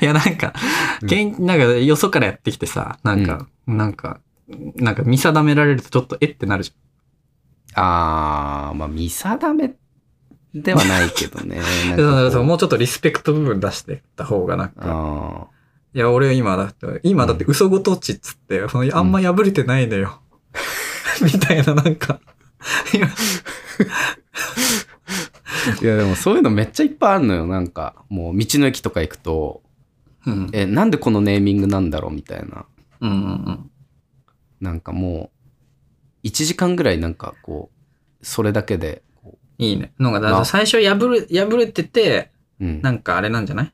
B: いやなんか、
C: うん
B: 研なんかよそからやってきてさ、なんか、なんか、なんか見定められるとちょっとえってなるじ
C: あー、まあ、見定めではないけど ね。
B: ゃ
C: なん
B: ん。だから
C: か
B: そ
C: こ
B: う
C: う
B: もうちょっとリスペクト部分出してった方がなんか、
C: あ
B: いや俺今だって、今だって嘘ごとちっつって、そのあんま破れてないのよ。 みたいななんか、今
C: ーいや、でもそういうのめっちゃいっぱいあるのよ。なんか、もう、道の駅とか行くと、
B: うん。
C: え、なんでこのネーミングなんだろうみたいな。
B: うんうん
C: なんかもう、1時間ぐらいなんかこう、それだけで、こ
B: いいね。なんかだか
C: ま
B: ら
C: あ
B: 最初破れ、破れてて、
C: ううん。
B: なんかあれなんじゃない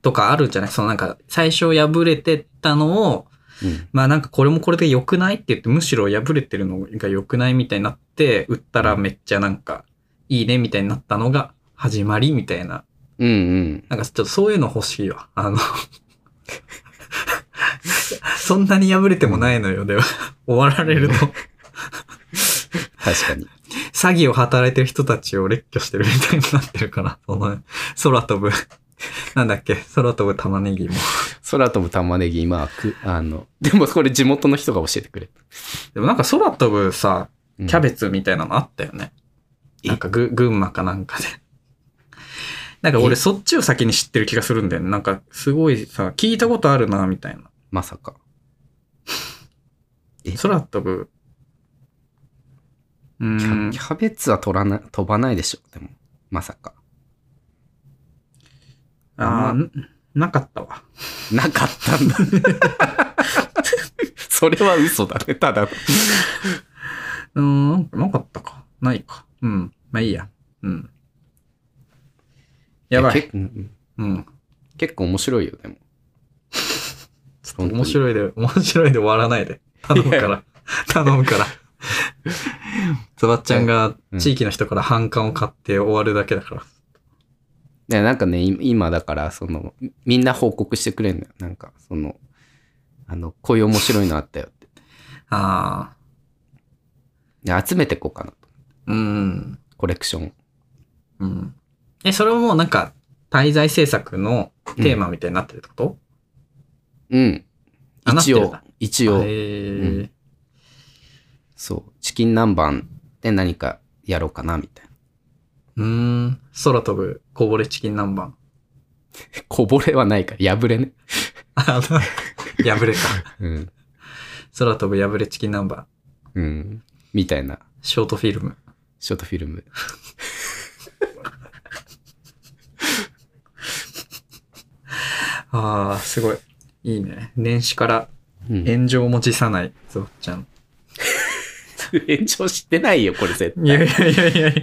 B: とかあるんじゃないそのなんか最初破れてったのを、
C: うん
B: まあなんかこれもこれで良くないって言って、むしろ破れてるのが良くないみたいになって、売ったらめっちゃなんかいいねみたいになったのが始まりみたいな。
C: うんうん。
B: なんかちょっとそういうの欲しいわ。あの、そんなに破れてもないのよ。では、終わられると、
C: 確かに。
B: 詐欺を働いてる人たちを列挙してるみたいになってるから、その、空飛ぶ、なんだっけ、空飛ぶ玉ねぎも。
C: 空飛ぶ玉ねぎ、今、く、あの、でもこれ地元の人が教えてくれた。
B: でもなんか空飛ぶさ、
C: うん
B: キャベツみたいなのあったよね。
C: え
B: なんかぐ、群馬かなんかで。なんか俺
C: え
B: そっちを先に知ってる気がするんだよね。なんかすごいさ、聞いたことあるな、みたいな。
C: まさか。え
B: 空飛ぶ。うー
C: キャ
B: ん
C: キ。ャベツは取らな飛ばないでしょ、でも。まさか。
B: ああ、
C: うん
B: んなかったわ。
C: なかったんだ。 それは嘘だね、ただの。
B: うーん、なかったか。ないか。うん。まあいいや。うん。やばい。
C: 結構うん
B: うん。
C: 結構面白いよ、でも。
B: ちょっと面白いで、面白いで終わらないで。頼むか
C: い
B: ら。頼むから。つばっちゃんが
C: うん
B: 地域の人から反感を買って終わるだけだから。
C: ね、なんかね、い今だから、その、みみんな報告してくれるんだよ。なんか、その、あの、こういう面白いのあったよって。
B: ああ。
C: で集めてこうかなと。
B: うん。
C: コレクション。
B: うん。え、それももうなんか、滞在政策のテーマみたいになってるってこと、
C: うん。
B: あ
C: 一応
B: なっ、
C: 一応
B: へ、ー
C: うそう、チキン南蛮で何かやろうかな、みたいな。
B: うーん。空飛ぶこぼれチキン南蛮。
C: こぼれはないから、破れね。
B: あの、破れか。
C: うん。
B: 空飛ぶ破れチキン南蛮。
C: うん。みたいな、
B: ショートフィルム。
C: ショートフィルム。
B: ああ、すごい。いいね。年始から
C: うん、
B: 炎上も辞さない、ズボッちゃん。
C: 延長してないよ、これ絶
B: いやいやいやいやいや。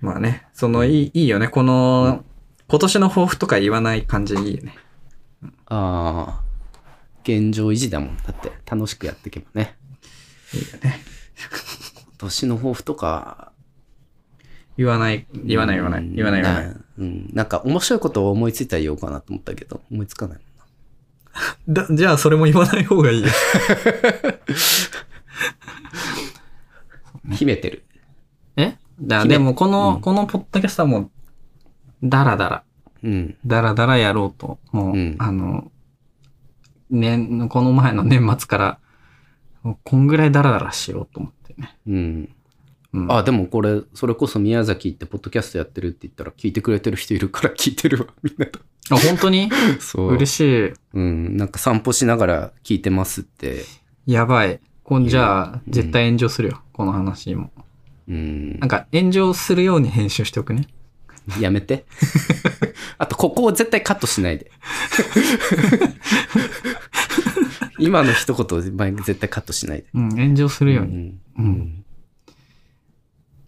B: まあね、そのいい、いいよね。この、今年の抱負とか言わない感じいいよね。
C: ああ。現状維持だもん。だって、楽しくやっていけばね。
B: いいよね。
C: 今年の抱負とか、
B: 言わない、言わない言わない、言わない言わない。。
C: うん。なんか、面白いことを思いついたら言おうかなと思ったけど、思いつかない。
B: だじゃあ、それも言わない方がいいよ。
C: 秘めてる。
B: えだ
C: 決め
B: でも、この、
C: うん
B: このポッドキャストはもう、だらだら、
C: うん。
B: だらだらやろうと。もう、
C: うん
B: あの、年、この前の年末から、もうこんぐらいだらだらしようと思ってね。
C: うん。
B: うん、
C: あ、でもこれ、それこそ宮崎ってポッドキャストやってるって言ったら聞いてくれてる人いるから聞いてるわ、 みんなと。
B: あ本当に
C: そう。
B: 嬉し
C: うん。なんか散歩しながら聞いてますって。
B: い。やばい。こんじゃあ、
C: うん
B: 絶対炎上するよ。この話も。
C: うん
B: なん。か、炎上するように編集しておくね。
C: やめ て。あと、ここを絶対カットしないで。今の一言を前絶対カットしないで。
B: うん、炎上するように。う。
C: うんんい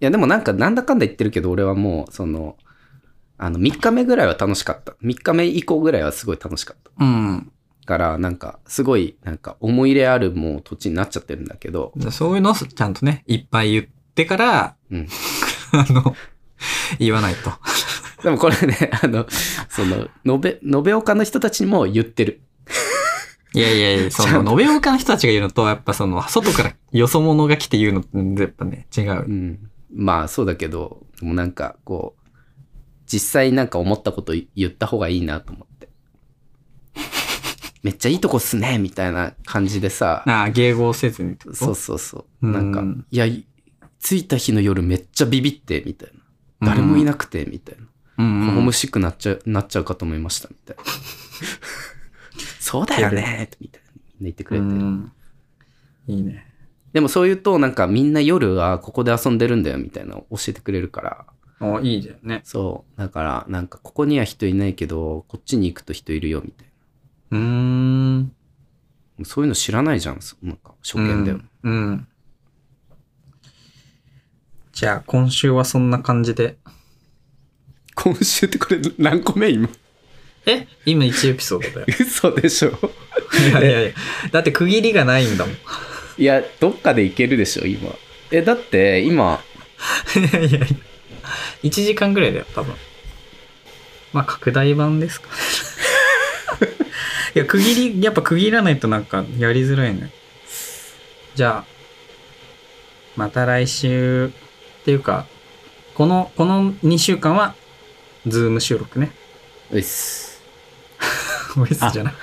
C: や、でもなんか、なんだかんだ言ってるけど、俺はもう、その、あの、3日目ぐらいは楽しかった。3日目以降ぐらいはすごい楽しかった。
B: うん。
C: から、なんか、すごい、なんか、思い入れあるもう土地になっちゃってるんだけど、
B: でそういうのをちゃんとね、いっぱい言ってから、
C: うん。
B: あの、言わないと。
C: でもこれね、 あの、その、延べ、延岡の人たちにも言ってる。
B: いやいや いや、そ
C: ちゃん
B: の、延岡の人たちが言うのと、やっぱその、外からよそ者が来て言うのって、やっぱね、違う。
C: うん。まあ、そうだけど、でもなんか、こう、実際なんか思ったこと言った方がいいなと思って。めっちゃいいとこっすね、みたいな感じでさ、
B: ああ、迎合せずにってこと
C: そうそうそう。
B: うん
C: なんか、いや、い着いた日の夜めっちゃビビって、みたいな。誰もいなくて、みたいな。
B: うん。
C: ホームシックなっちゃう、なっちゃうかと思いました、みたいな。 そうだよね、みたいな。みんな言ってくれて。
B: うんいいね。
C: でもそう言うと、なんかみんな夜はここで遊んでるんだよ、みたいなのを教えてくれるから。
B: おいいじゃんね。
C: そう。だから、なんかここには人いないけど、こっちに行くと人いるよ、みたいう
B: ーん。
C: な。そういうの知らないじゃん、そうなんか初見だよ。
B: うん。うん。じゃあ、今週はそんな感じで。
C: 今週ってこれ何個目今。。
B: え今1エピソードだよ
C: 嘘でしょ。
B: いやいやいや。だって区切りがないんだもん。
C: いや、どっかで行けるでしょ、今。え、だって、今、
B: いやいやいや。1時間ぐらいだよ、多分。まあ、拡大版ですか。いや、区切り、やっぱ区切らないとなんかやりづらいね。じゃあ、また来週、っていうか、この、この2週間は、ズーム収録ね。
C: うっす。
B: ボイスじゃない。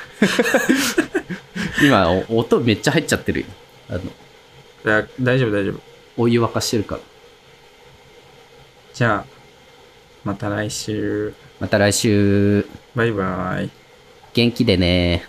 C: 今、お音めっちゃ入っちゃってるよ。あの、
B: いや大丈夫大丈夫。
C: お湯沸かしてるから。
B: じゃあ、また来週、
C: また来週、
B: バイバイ。
C: 元気でね